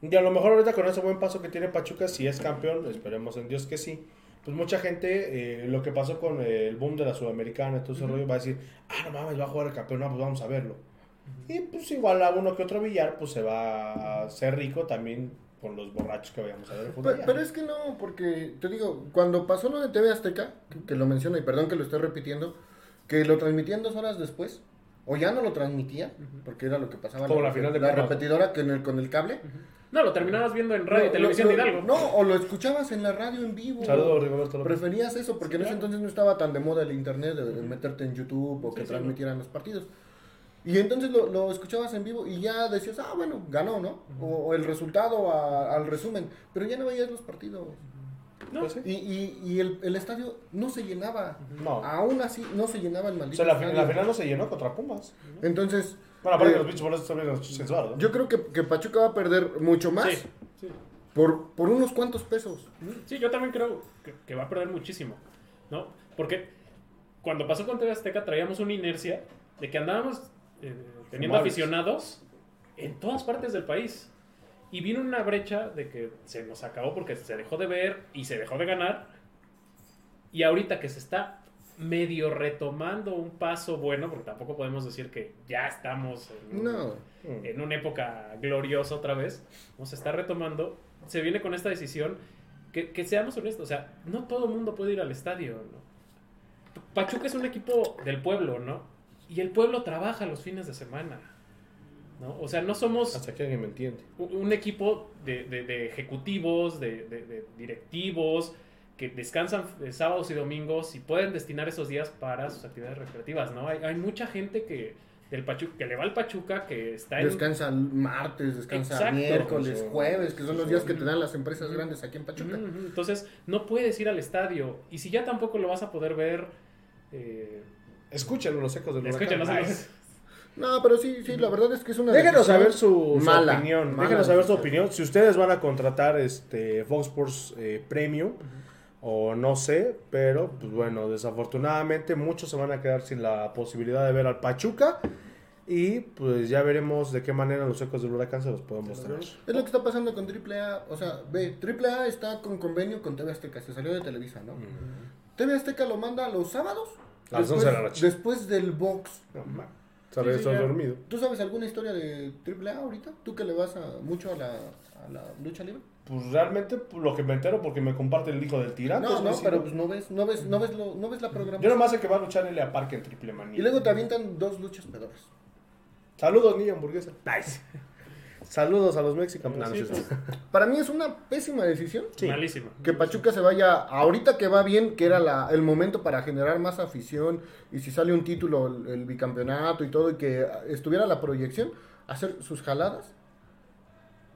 S1: Y a lo mejor ahorita con ese buen paso que tiene Pachuca, si es campeón, esperemos en Dios que sí. Pues mucha gente, eh, lo que pasó con eh, el boom de la Sudamericana, todo ese rollo, va a decir, ah, no mames, va a jugar el campeón, no, pues vamos a verlo. Y pues igual a uno que otro billar, pues se va a ser rico también con los borrachos que vayamos a ver el
S2: Pe-
S1: fútbol.
S2: Pero, es que no, porque te digo, cuando pasó lo de TV Azteca, que- que lo menciona, y perdón que lo esté repitiendo, que lo transmitían dos horas después, o ya no lo transmitía, porque era lo que pasaba.
S1: Como
S2: en
S1: la final de
S2: la
S1: Pumas.
S2: repetidora que en el- con el cable.
S3: No, lo terminabas viendo en radio y
S2: No,
S3: televisión
S2: lo-
S3: de Hidalgo.
S2: No, o lo escuchabas en la radio en vivo.
S1: Saludos, Rigoberto López.
S2: Preferías eso, porque en ese entonces no estaba tan de moda el internet, de, de meterte en YouTube o que transmitieran los partidos. Y entonces lo, lo escuchabas en vivo y ya decías, ah, bueno, ganó, ¿no? O, o el resultado a- al resumen, pero ya no veías los partidos.
S3: No.
S1: Pues sí.
S2: Y, y- y el, el estadio no se llenaba.
S1: No.
S2: Aún así, no se llenaba el
S1: O
S2: maldito
S1: sea, la, fin-
S2: estadio.
S1: la final no se llenó contra Pumas.
S2: Entonces,
S1: Bueno, aparte
S2: eh,
S1: que los bichos bolos también los sensuaron. ¿no?
S2: yo creo que, que Pachuca va a perder mucho más
S3: Sí, sí.
S2: por, por unos cuantos pesos.
S3: Sí, yo también creo que, que va a perder muchísimo, ¿no? Porque cuando pasó con TV Azteca traíamos una inercia de que andábamos eh, teniendo
S1: Fumables.
S3: aficionados en todas partes del país. Y vino una brecha de que se nos acabó porque se dejó de ver y se dejó de ganar. Y ahorita que se está medio retomando un paso bueno, porque tampoco podemos decir que ya estamos en un-
S2: No.
S1: Mm.
S3: en una época gloriosa otra vez, ¿no? se está retomando. se viene con esta decisión que, que seamos honestos, o sea, no todo el mundo puede ir al estadio, ¿no? Pachuca es un equipo del pueblo, ¿no? Y el pueblo trabaja los fines de semana, ¿no? O sea, no somos
S6: Hasta que alguien me entiende.
S3: un un equipo de, de- de ejecutivos, de, de- de directivos, que descansan eh, sábados y domingos y pueden destinar esos días para sus actividades recreativas, ¿no? Hay, hay mucha gente que, del Pachuca, que le va al Pachuca, que está en...
S2: Descansa martes, descansa
S3: Exacto.
S2: miércoles,
S6: Sí.
S2: jueves, que son los días que te
S3: Ujú.
S2: dan las empresas grandes aquí en Pachuca.
S3: Ujú, ujú. Entonces, no puedes ir al estadio. Y si ya tampoco lo vas a poder ver... Eh,
S6: Escúchenlo los ecos del
S3: escucha, no sé, [laughs]
S6: huracán.
S3: no
S6: Ay,
S3: sé.
S2: No, pero sí, sí, la verdad es que es una.
S1: Déjenos
S2: decisión
S1: saber su, su
S2: mala,
S1: opinión.
S2: mala
S1: Déjenos saber su
S2: decisión.
S1: opinión. Si ustedes van a contratar este Fox Sports eh, Premium o no sé, pero pues bueno, desafortunadamente muchos se van a quedar sin la posibilidad de ver al Pachuca y pues ya veremos de qué manera los ecos del huracán se los podemos traer.
S2: Es lo que está pasando con AAA. O sea, ve, AAA está con convenio con TV Azteca. Se salió de Televisa, ¿no? TV Azteca lo manda los sábados.
S1: A las
S2: después-
S1: 11 de la noche.
S2: Después del box.
S1: No, ma, tal vez
S3: sí,
S1: estoy
S3: ya.
S1: dormido.
S2: ¿Tú sabes alguna historia de AAA ahorita? ¿Tú que le vas a, mucho a la, a la lucha libre?
S6: Pues realmente pues, lo que me entero porque me comparte el hijo del tirante.
S2: no,
S6: güey,
S2: no,
S6: si
S2: pero pues no ves, no ves, no ves, lo, no ves la
S6: Yo
S2: programación.
S6: nomás sé que va a luchar Elia Park en triple manía.
S2: Y luego te avientan dos luchas pedoras.
S6: Saludos, niña hamburguesa.
S1: Saludos a los mexicanos. No, no es
S3: Sí,
S1: cierto.
S2: Para mí es una pésima decisión.
S3: Malísimo.
S2: Que Pachuca se vaya, ahorita que va bien, que era la- el momento para generar más afición, y si sale un título, el, el bicampeonato y todo, y que ah, estuviera la proyección, hacer sus jaladas.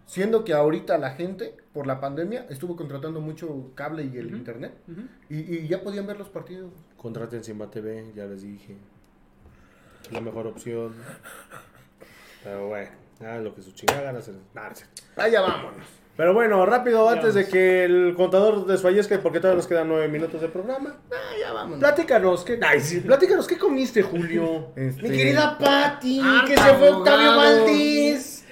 S2: Siendo que ahorita la gente, por la pandemia, estuvo contratando mucho cable y el internet,
S3: Ujú.
S2: y, y ya podían ver los partidos.
S1: Contraten Simba TV, ya les dije. Es la mejor opción. Pero bueno, nada, lo que su chingada gana se les- Nah, no es cierto.
S2: Allá Ah, vámonos.
S1: Pero bueno, rápido, antes de
S3: vamos.
S1: que el contador desfallezca, porque todavía nos quedan nueve minutos de programa.
S2: Allá Ah, vámonos.
S1: Platícanos, ¿qué, Ay, sí, platícanos, ¿qué comiste, Julio?
S2: Este-
S1: Patty,
S2: Harta abogado.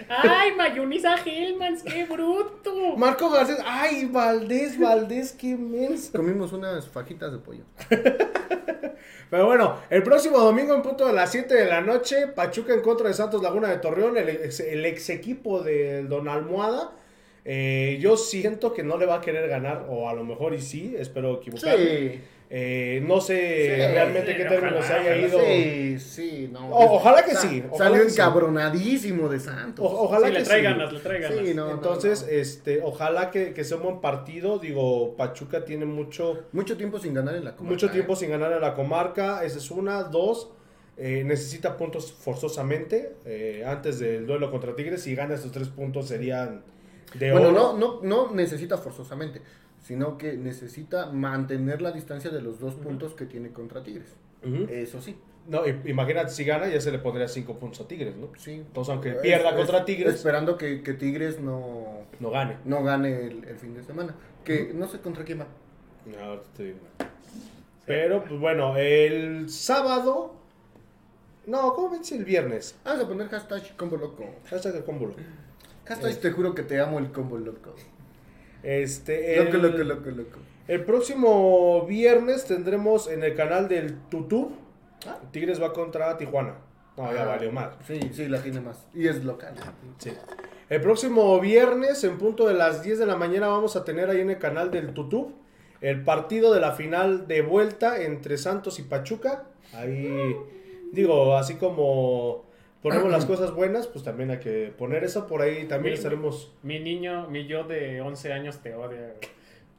S3: ¡Ay, mayonesa Hellmans! ¡Qué bruto!
S1: Marco Garcés, ay, Valdés, Valdés, qué menso.
S2: Comimos unas fajitas de pollo.
S1: Pero bueno, el próximo domingo en punto de las 7 de la noche, Pachuca en contra de Santos Laguna de Torreón, el ex, el ex equipo de Don Almohada. Eh, yo siento que no le va a querer ganar, o a lo mejor y sí, espero equivocarme.
S2: Sí,
S1: Eh, no sé
S2: Sí,
S1: realmente
S3: sí,
S1: qué términos se
S3: ojalá,
S1: haya ido.
S2: sí, sí, no.
S1: O- ojalá que
S2: Sa-
S1: sí, ojalá
S2: Salió
S1: que sí.
S2: encabronadísimo de Santos.
S1: O- ojalá
S3: sí,
S1: que
S3: le trae
S1: sí.
S3: ganas, le trae ganas.
S2: Sí, no, no,
S1: Entonces,
S2: no.
S1: este, ojalá que, que sea un buen partido. Digo, Pachuca tiene mucho,
S2: Mucho tiempo sin ganar en la comarca.
S1: mucho tiempo
S2: ¿eh?
S1: sin ganar a la comarca. Esa es una. Dos, eh, necesita puntos forzosamente eh, antes del duelo contra Tigres. Si gana esos tres puntos serían de
S2: Bueno,
S1: oro.
S2: no, no, no necesita forzosamente, sino que necesita mantener la distancia de los dos puntos que tiene contra Tigres.
S1: Ujú.
S2: Eso sí,
S1: No, i- imagínate si gana, ya se le pondría cinco puntos a Tigres, ¿no?
S2: sí.
S1: Entonces, aunque pierda contra Tigres,
S2: Esperando que, que Tigres no,
S1: no gane.
S2: no gane el, el fin de semana. Que no sé contra quién va.
S1: Ahorita te digo. Pero, pues bueno, el sábado. No, ¿cómo vence el viernes?
S2: Vamos a poner hashtag combo loco.
S1: Hashtag el cómbulo. Eh.
S2: Hashtag te juro que te amo el combo loco.
S1: Este, el,
S2: Loco, loco, loco, loco.
S1: el próximo viernes tendremos en el canal del Tutú. Tigres va contra Tijuana. No, ya
S2: Ah.
S1: valió mal.
S2: Sí, sí, la tiene más. Y es local.
S1: Sí. El próximo viernes, en punto de las 10 de la mañana, vamos a tener ahí en el canal del Tutú el partido de la final de vuelta entre Santos y Pachuca. Ahí, digo, así como ponemos las cosas buenas, pues también hay que poner eso por ahí. También
S3: Mi-
S1: estaremos
S3: Mi niño, mi yo de 11 años te odia.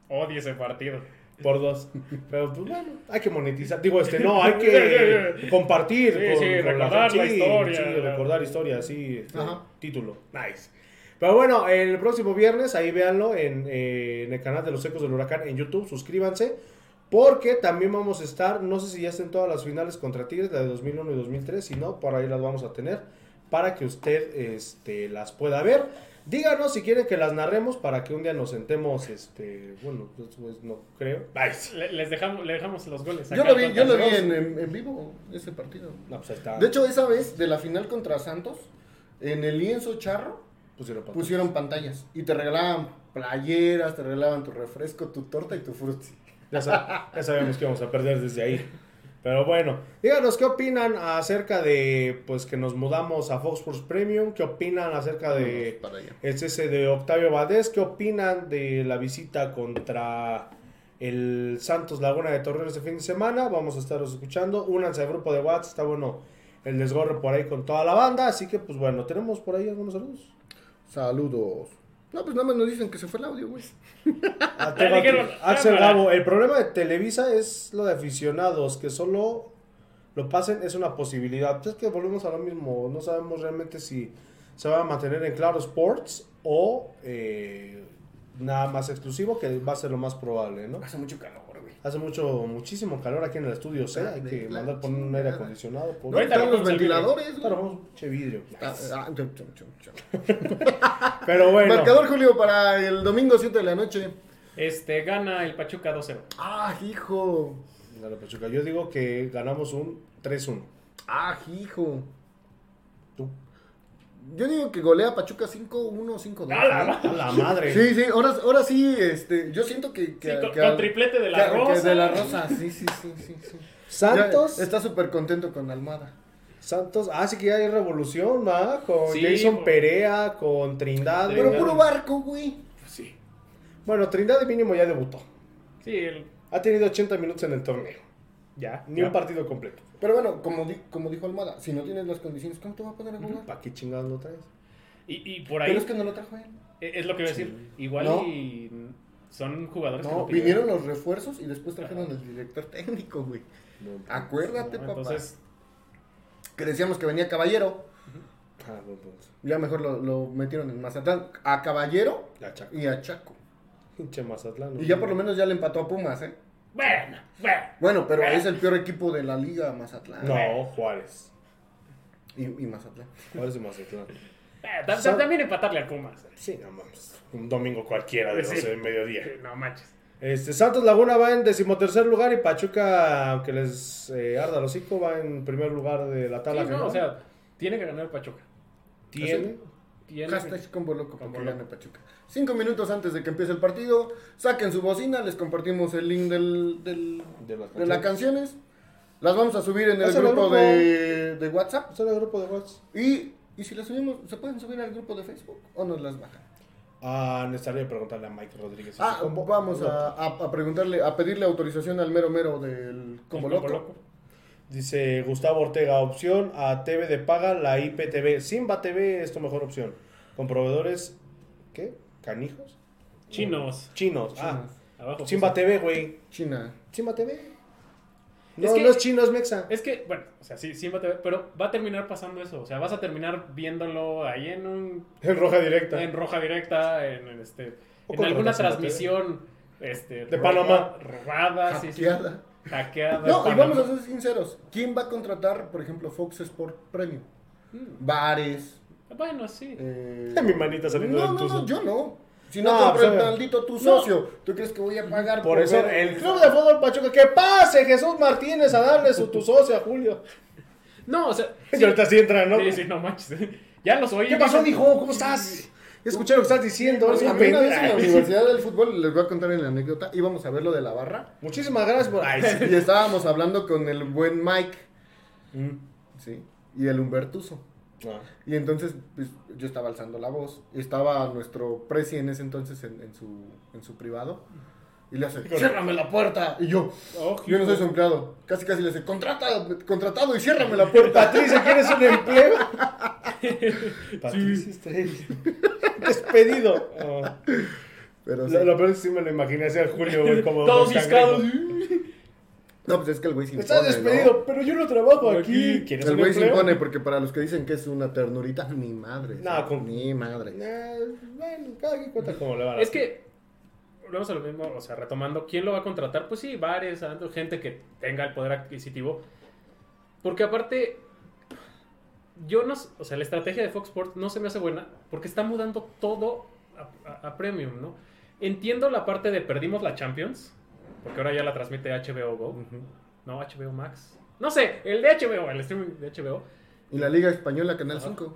S3: güey. Odia ese partido.
S1: por dos. Pero pues bueno, hay que monetizar. Digo, este, no, hay
S3: [laughs]
S1: que compartir.
S3: Sí, sí, recordar la historia.
S1: sí, recordar historia, sí. este,
S2: Ajá.
S1: Título. Nice. Pero bueno, el próximo viernes, ahí véanlo en, eh, en el canal de los Ecos del Huracán en YouTube. Suscríbanse. Porque también vamos a estar, no sé si ya estén todas las finales contra Tigres, la de 2001 y 2003. Si no, por ahí las vamos a tener para que usted este, las pueda ver. Díganos si quieren que las narremos para que un día nos sentemos, este, bueno, pues, pues, no creo. Nice.
S3: Le- les dejamos, le dejamos los goles.
S2: Yo
S3: acá
S2: lo vi,
S3: al
S2: yo lo vi
S3: Tata.
S2: en, en- en vivo, ese partido.
S1: No, pues ahí está.
S2: De hecho, esa vez de la final contra Santos, en el lienzo charro
S1: pusieron patas.
S2: pusieron pantallas y te regalaban playeras, te regalaban tu refresco, tu torta y tu frutti.
S1: Ya, sab- ya sabíamos que íbamos a perder desde ahí. Pero bueno, díganos qué opinan acerca de pues que nos mudamos a Fox Sports Premium, qué opinan acerca de
S2: Ah, Para allá.
S1: el cese de Octavio Valdés, qué opinan de la visita contra el Santos Laguna de Torreón este fin de semana. Vamos a estaros escuchando. Únanse al grupo de WhatsApp, está bueno el desgorre por ahí con toda la banda. Así que pues bueno, tenemos por ahí algunos saludos.
S2: Saludos. No, pues nada más nos dicen que se fue el audio, güey.
S1: Ah,
S3: Ya
S1: tengo aquí.
S3: dijeron,
S1: Axel
S3: cámara.
S1: Gabo, el problema de Televisa es lo de aficionados, que solo lo pasen es una posibilidad. Pues es que volvemos a lo mismo, no sabemos realmente si se va a mantener en Claro Sports o eh, nada más exclusivo, que va a ser lo más probable, ¿no?
S2: Hace mucho calor, güey.
S1: Hace mucho, muchísimo calor aquí en el estudio, o sea, hay que
S2: La
S1: mandar poner un aire
S2: chingada.
S1: acondicionado. por-
S2: ¿Dónde están los ventiladores?
S1: Claro,
S2: güey?
S1: vamos, che vidrio.
S2: Ah, ah, chum, chum, chum, chum.
S1: Pero bueno.
S2: Marcador, Julio, para el domingo 7 de la noche.
S3: Este, gana el Pachuca 2-0.
S2: Ah, hijo.
S1: Dale, Pachuca, Yo digo que ganamos un 3-1.
S2: Ah, hijo.
S1: Tú.
S2: Yo digo que golea Pachuca 5-1, 5-2.
S3: ¡Ala!
S1: A la madre.
S2: Sí, sí, ahora, ahora sí, este, yo siento que... que
S3: Sí, con,
S2: que-
S3: con triplete de la
S2: que- que
S3: Rosa.
S2: de la Rosa, sí, sí, sí, sí. sí.
S1: Santos.
S2: Ya está súper contento con Almada.
S1: Santos, ah, sí que ya hay revolución, ¿va? Con
S3: Sí,
S1: Jason
S3: por-
S1: Perea, con Trindade.
S3: Pero
S2: Pero puro barco, güey.
S3: Sí.
S1: Bueno, Trindade mínimo ya debutó.
S3: Sí, el-
S1: Ha tenido 80 minutos en el torneo. Ya, ni
S3: ya.
S1: un partido completo.
S2: Pero bueno, como, di- como dijo Almada, si no tienes las condiciones, ¿cómo te va a poner a jugar?
S1: ¿Para qué chingados lo traes?
S3: y, y por ahí
S2: Pero es
S3: es,
S2: que no lo trajo él.
S3: E-, es lo que iba a decir. Igual
S2: No.
S3: y son jugadores que
S2: No,
S3: no
S2: vinieron los refuerzos y después trajeron al director técnico, güey.
S1: No.
S2: Acuérdate,
S3: pidieron.
S2: papá.
S3: Entonces,
S2: Que decíamos que venía Caballero.
S1: Ah, no, pues,
S2: Ya mejor lo, lo metieron en Mazatlán. A Caballero
S1: La chaca.
S2: y a Chaco.
S1: Pinche Mazatlán.
S2: Y ya por lo menos ya le empató a Pumas, ¿eh?
S3: bueno, bueno.
S2: Bueno, pero es el peor equipo de la liga, Mazatlán.
S1: No, Juárez.
S2: Y, y Mazatlán.
S1: Juárez y Mazatlán.
S3: Eh, tam-
S1: Son-
S3: También empatarle al Pumas. [laughs] eh.
S1: Sí, no mames. Un domingo cualquiera de
S3: Sí.
S1: 12 del mediodía.
S3: Sí, No manches.
S1: Este, Santos Laguna va en decimotercer lugar y Pachuca, aunque les eh, arda el hocico, va en primer lugar de la
S3: Sí,
S1: tabla.
S3: no,
S1: general.
S3: o sea, tiene que ganar el Pachuca.
S1: tiene.
S3: Tiene
S2: Hashtag combo loco
S3: Combo
S2: porque
S3: loco.
S2: gana Pachuca. Cinco minutos antes de que empiece el partido, saquen su bocina, les compartimos el link del, del-
S1: De las
S2: de las
S1: canciones.
S2: canciones. Las vamos a subir en el
S1: Pásale al
S2: grupo
S1: grupo.
S2: de, de WhatsApp.
S1: Está en el grupo de WhatsApp.
S2: Y, y si las subimos, ¿se pueden subir al grupo de Facebook o nos las bajan?
S1: Ah, necesario preguntarle a Mike Rodríguez.
S2: Ah,
S1: ¿Cómo?
S2: vamos a, a- a preguntarle, a pedirle autorización al mero mero del combo
S3: Combo
S2: loco.
S3: loco.
S1: Dice Gustavo Ortega, opción a TV de paga, la IPTV. Simba TV es tu mejor opción. Con proveedores, ¿qué? ¿Canijos?
S3: Chinos.
S1: Chinos. Ah,
S3: Abajo.
S1: Simba TV, güey.
S2: China.
S1: Simba TV. No,
S3: Es que-
S1: no es chino, es mexa.
S3: Es que, bueno, o sea, sí, sí va a tener- pero va a terminar pasando eso. O sea, vas a terminar viéndolo ahí en un
S1: En roja directa.
S3: en roja directa, en, en
S1: O
S3: este, en
S1: contratas
S3: alguna
S1: en la
S3: transmisión, este,
S1: De
S3: roba-
S1: Panamá.
S3: robada, sí, sí,
S2: Hackeada.
S3: hackeada.
S2: No, y
S3: Panamá.
S2: vamos a ser sinceros. ¿Quién va a contratar, por ejemplo, Fox Sport Premium?
S3: Mm,
S2: Bares.
S3: Bueno, sí.
S2: eh,
S1: Mi manita saliendo
S2: no,
S1: del
S2: no,
S1: tuzo.
S2: no, yo no. Si no,
S1: No,
S2: compro
S1: pues,
S2: el
S1: a ver.
S2: maldito tu
S1: No.
S2: socio, ¿tú crees que voy a pagar
S1: Por eso
S2: ver-
S1: el club de fútbol Pachuca, que pase Jesús Martínez a darle su tu socio a Julio.
S3: No, o sea,
S1: [laughs] Y ahorita sí entra, ¿no?
S3: sí, sí, no manches. [laughs] Ya los oí.
S1: ¿Qué pasó, hijo? ¿Cómo estás? Escuché lo que estás diciendo. eres
S2: A
S1: un
S2: mí una vez en la
S1: pendejo.
S2: Universidad del Fútbol, les voy a contar en la anécdota, íbamos a ver lo de la barra
S1: Muchísimas gracias por. Ay, sí.
S2: y estábamos hablando con el buen Mike,
S1: Mm.
S2: ¿sí? Y el Humbertuso.
S3: Ah.
S2: Y entonces pues, yo estaba alzando la voz. Y estaba nuestro presi en ese entonces en, en su, en su privado. Y le hace, ciérrame la puerta. Y yo,
S3: Oh,
S2: yo no soy su empleado. Casi casi le hace, "Contrata- contratado y ciérrame la puerta.
S1: Patricia, ¿quieres un empleo?
S3: [laughs]
S1: Patricia, está ahí. despedido.
S3: Ah.
S2: Pero sí.
S1: Lo, lo peor es que sí me lo imaginé hacia el Julio, güey, como.
S3: Todos
S1: un
S3: fiscados.
S1: cangrejo.
S2: No, pues es que el güey se impone.
S1: Estás despedido,
S2: ¿no?
S1: pero yo no trabajo
S3: Aquí,
S1: aquí.
S3: ¿quieres
S2: El güey se impone porque para los que dicen que es una ternurita, ni madre.
S1: No, con-
S2: Ni madre.
S1: Eh, bueno, cada quien cuenta como le va a
S3: Es que volvemos a lo mismo, o sea, retomando, ¿quién lo va a contratar? Pues sí, bares, ando- gente que tenga el poder adquisitivo. Porque aparte, yo no, s- o sea, la estrategia de Fox Sports no se me hace buena porque está mudando todo a, a- a premium, ¿no? Entiendo la parte de perdimos la Champions, porque ahora ya la transmite HBO Go, no HBO Max. No sé, el de HBO, el streaming de HBO.
S2: Y la Liga Española, Canal 5.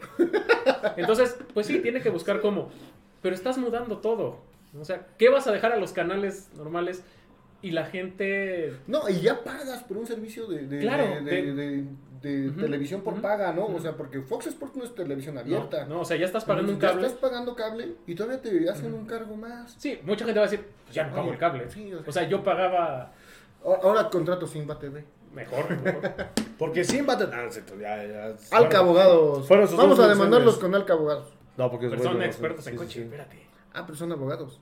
S3: Entonces, pues sí, tiene que buscar cómo. Pero estás mudando todo. O sea, ¿qué vas a dejar a los canales normales? y la gente
S2: No, y ya pagas por un servicio de, de-
S3: Claro,
S2: de- de-
S3: de-
S2: de- de
S3: Ujú,
S2: televisión por
S3: ujú,
S2: paga, ¿no? O sea, porque Fox Sports no es televisión abierta.
S3: no, no, o sea, ya estás pagando un
S2: Ya
S3: cable.
S2: Estás pagando cable y todavía te hacen un cargo más.
S3: Sí, mucha gente va a decir, pues ya no pago el cable.
S2: Sí, o sea-
S3: O sea, yo pagaba
S2: A- Ahora contrato Simba TV.
S3: mejor, mejor.
S6: Porque sin
S1: Ah,
S6: Batatance, ya, ya.
S2: Alca Abogados.
S6: fueron sus
S2: Vamos
S6: dos
S2: a demandarlos
S6: funciones.
S2: con Alca Abogados.
S1: No, porque es
S3: Pero son
S1: bueno,
S3: expertos en
S1: sí, sí,
S3: coche,
S1: sí.
S3: espérate.
S2: Ah, pero son abogados.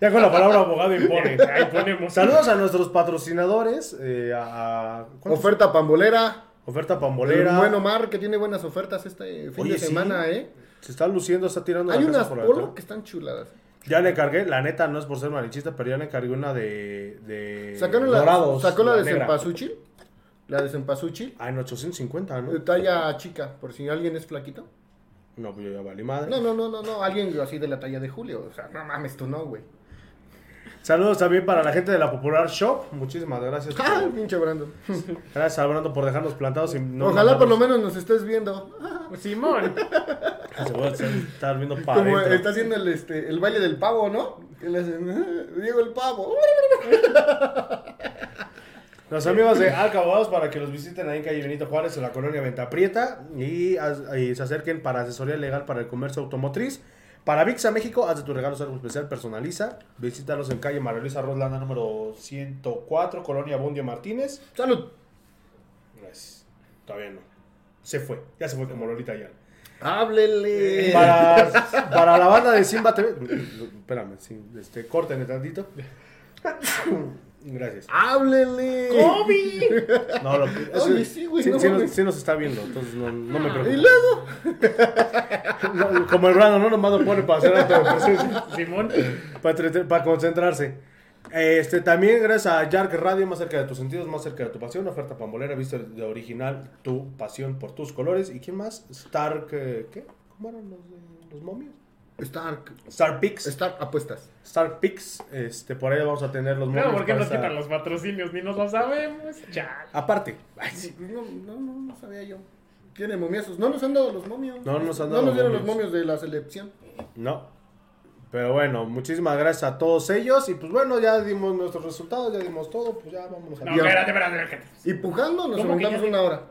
S6: Ya con la palabra abogado
S3: [laughs]
S6: impone.
S3: Ahí ponemos.
S1: Saludos a nuestros patrocinadores. eh, a, a- ¿cuántos?
S2: Oferta pambolera.
S1: Oferta
S2: El
S1: Pambolera.
S2: buen Omar, que tiene buenas ofertas este fin
S1: Oye,
S2: de
S1: sí.
S2: semana, ¿eh?
S1: Se está luciendo, está tirando
S2: Hay
S1: la casa
S2: unas
S1: por la
S2: polo
S1: ventana.
S2: que están chuladas.
S1: Ya le cargué, la neta no es por ser marichista, pero ya le cargué una de. de
S2: Sacaron la,
S1: Eh, dorados,
S2: sacó la, de
S1: negra.
S2: Cempasúchil. La de Cempasúchil.
S1: Ah, en 850,
S2: de
S1: ¿no?
S2: Talla chica, por si alguien es flaquito.
S1: No, pues yo ya valí madre.
S2: No, no, no, no, no. Alguien así de la talla de Julio. O sea, no mames, tú no, güey. [laughs]
S1: Saludos también para la gente de la Popular Shop. Muchísimas gracias. por-
S2: ¡Ah, pinche Brandon!
S1: gracias a Brando por dejarnos plantados. y no
S2: Ojalá por lo
S1: mandarnos-
S2: menos nos estés viendo. Ah,
S3: [laughs] Simón.
S1: [laughs] Se va a estar viendo para
S2: Como
S1: adentro.
S2: está haciendo el, este, el baile del pavo, ¿no? Que le hacen, "Ah, Diego el pavo.
S6: Los amigos de Alca Abogados para que los visiten ahí en calle Benito Juárez, en la colonia Venta Prieta.
S1: y, as- y se acerquen para asesoría legal para el comercio automotriz. Para VIXA México, haz de tu regalo algo especial, personaliza. Visítalos en calle María Luisa
S6: Roslanda número 104, colonia Bundio Martínez.
S2: ¡Salud!
S1: Pues,
S6: Gracias. Todavía no. Se fue. Ya se fue como Lolita ya.
S2: ¡Háblele!
S1: Eh. Para, para la banda de Simba TV. [laughs] Espérame, sí, este, córtenle tantito. Gracias.
S2: ¡Háblele!
S1: No, lo que-
S2: Oye,
S1: es-
S2: sí, güey,
S1: sí,
S2: no
S1: sí nos,
S2: mames.
S1: sí nos está viendo, entonces no, no me
S2: [laughs] Y
S1: preocupes.
S2: luego, Ah,
S1: No, como el Brando no nomás lo pone para hacer acto de presencia.
S3: Simón.
S1: Para, entrete- para concentrarse. Este, también gracias a Yark Radio, más cerca de tus sentidos, más cerca de tu pasión. Oferta pambolera, visto de original, tu pasión por tus colores. ¿Y quién más? Stark, eh, ¿qué? ¿Cómo eran los, de- los momios?
S2: Stark,
S1: Star Pix.
S2: Stark apuestas.
S1: Star Pix. Este, por ahí vamos a tener los momios.
S3: No, ¿por qué
S1: para
S3: nos
S1: esta-
S3: quitan los patrocinios? Ni nos lo sabemos. Chale.
S1: Aparte.
S2: No, no, no, no sabía yo. Tiene momiosos. No nos han dado los momios.
S1: No nos han dado
S2: No nos dieron
S1: momios.
S2: los momios de la selección.
S1: No. Pero bueno, muchísimas gracias a todos ellos. Y pues bueno, ya dimos nuestros resultados, ya dimos todo. Pues ya vamos a.
S3: No,
S2: Ya.
S3: espérate, espérate, espérate.
S2: Y pujando nos
S3: ¿Cómo que
S2: aventamos
S3: ya?
S2: una hora.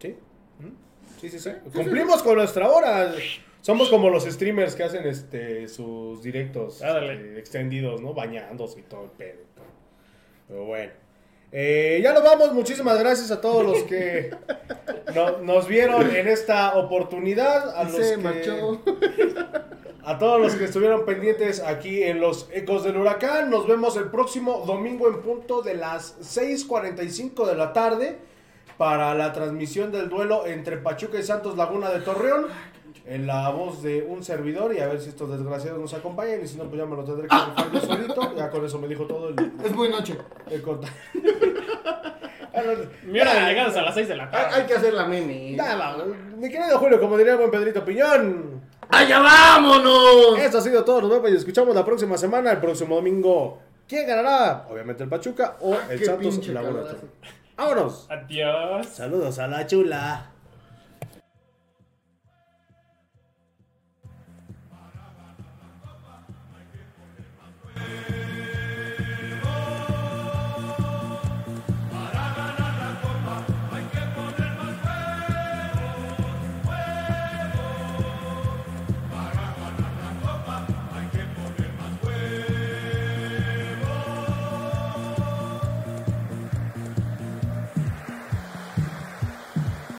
S1: ¿Sí?
S6: ¿Mm?
S1: Sí, sí, sí. Cumplimos con nuestra hora.
S6: Somos como los streamers que hacen este sus directos
S3: Ah, dale.
S6: eh, extendidos, ¿no? Bañándose y todo el pedo. Pero bueno. Eh, ya nos vamos. Muchísimas gracias a todos los que no- nos vieron en esta oportunidad. A
S2: Y
S6: los que-
S2: se marchó.
S6: A todos los que estuvieron pendientes aquí en los Ecos del Huracán, nos vemos el próximo domingo en punto de las 6:45 de la tarde para la transmisión del duelo entre Pachuca y Santos Laguna de Torreón. En la voz de un servidor y a ver si estos desgraciados nos acompañan y si no, pues ya me lo tendré que rifar yo solito. Ya con eso me dijo todo el,
S2: Es muy [laughs] noche.
S6: el contacto.
S3: Mi hora de llegada es a las 6 de la tarde.
S2: Hay, hay que hacer la meme.
S6: Mi querido Julio, como diría el buen Pedrito Piñón.
S2: ¡Allá vámonos!
S6: Eso ha sido todo. Nos vemos y escuchamos la próxima semana, el próximo domingo. ¿Quién ganará? Obviamente el Pachuca o
S2: Ah,
S6: el
S2: qué
S6: Santos
S2: pinche
S6: Laguna. de
S2: cagadazo.
S6: Torreón. ¡Vámonos!
S3: Adiós.
S6: Saludos a la chula.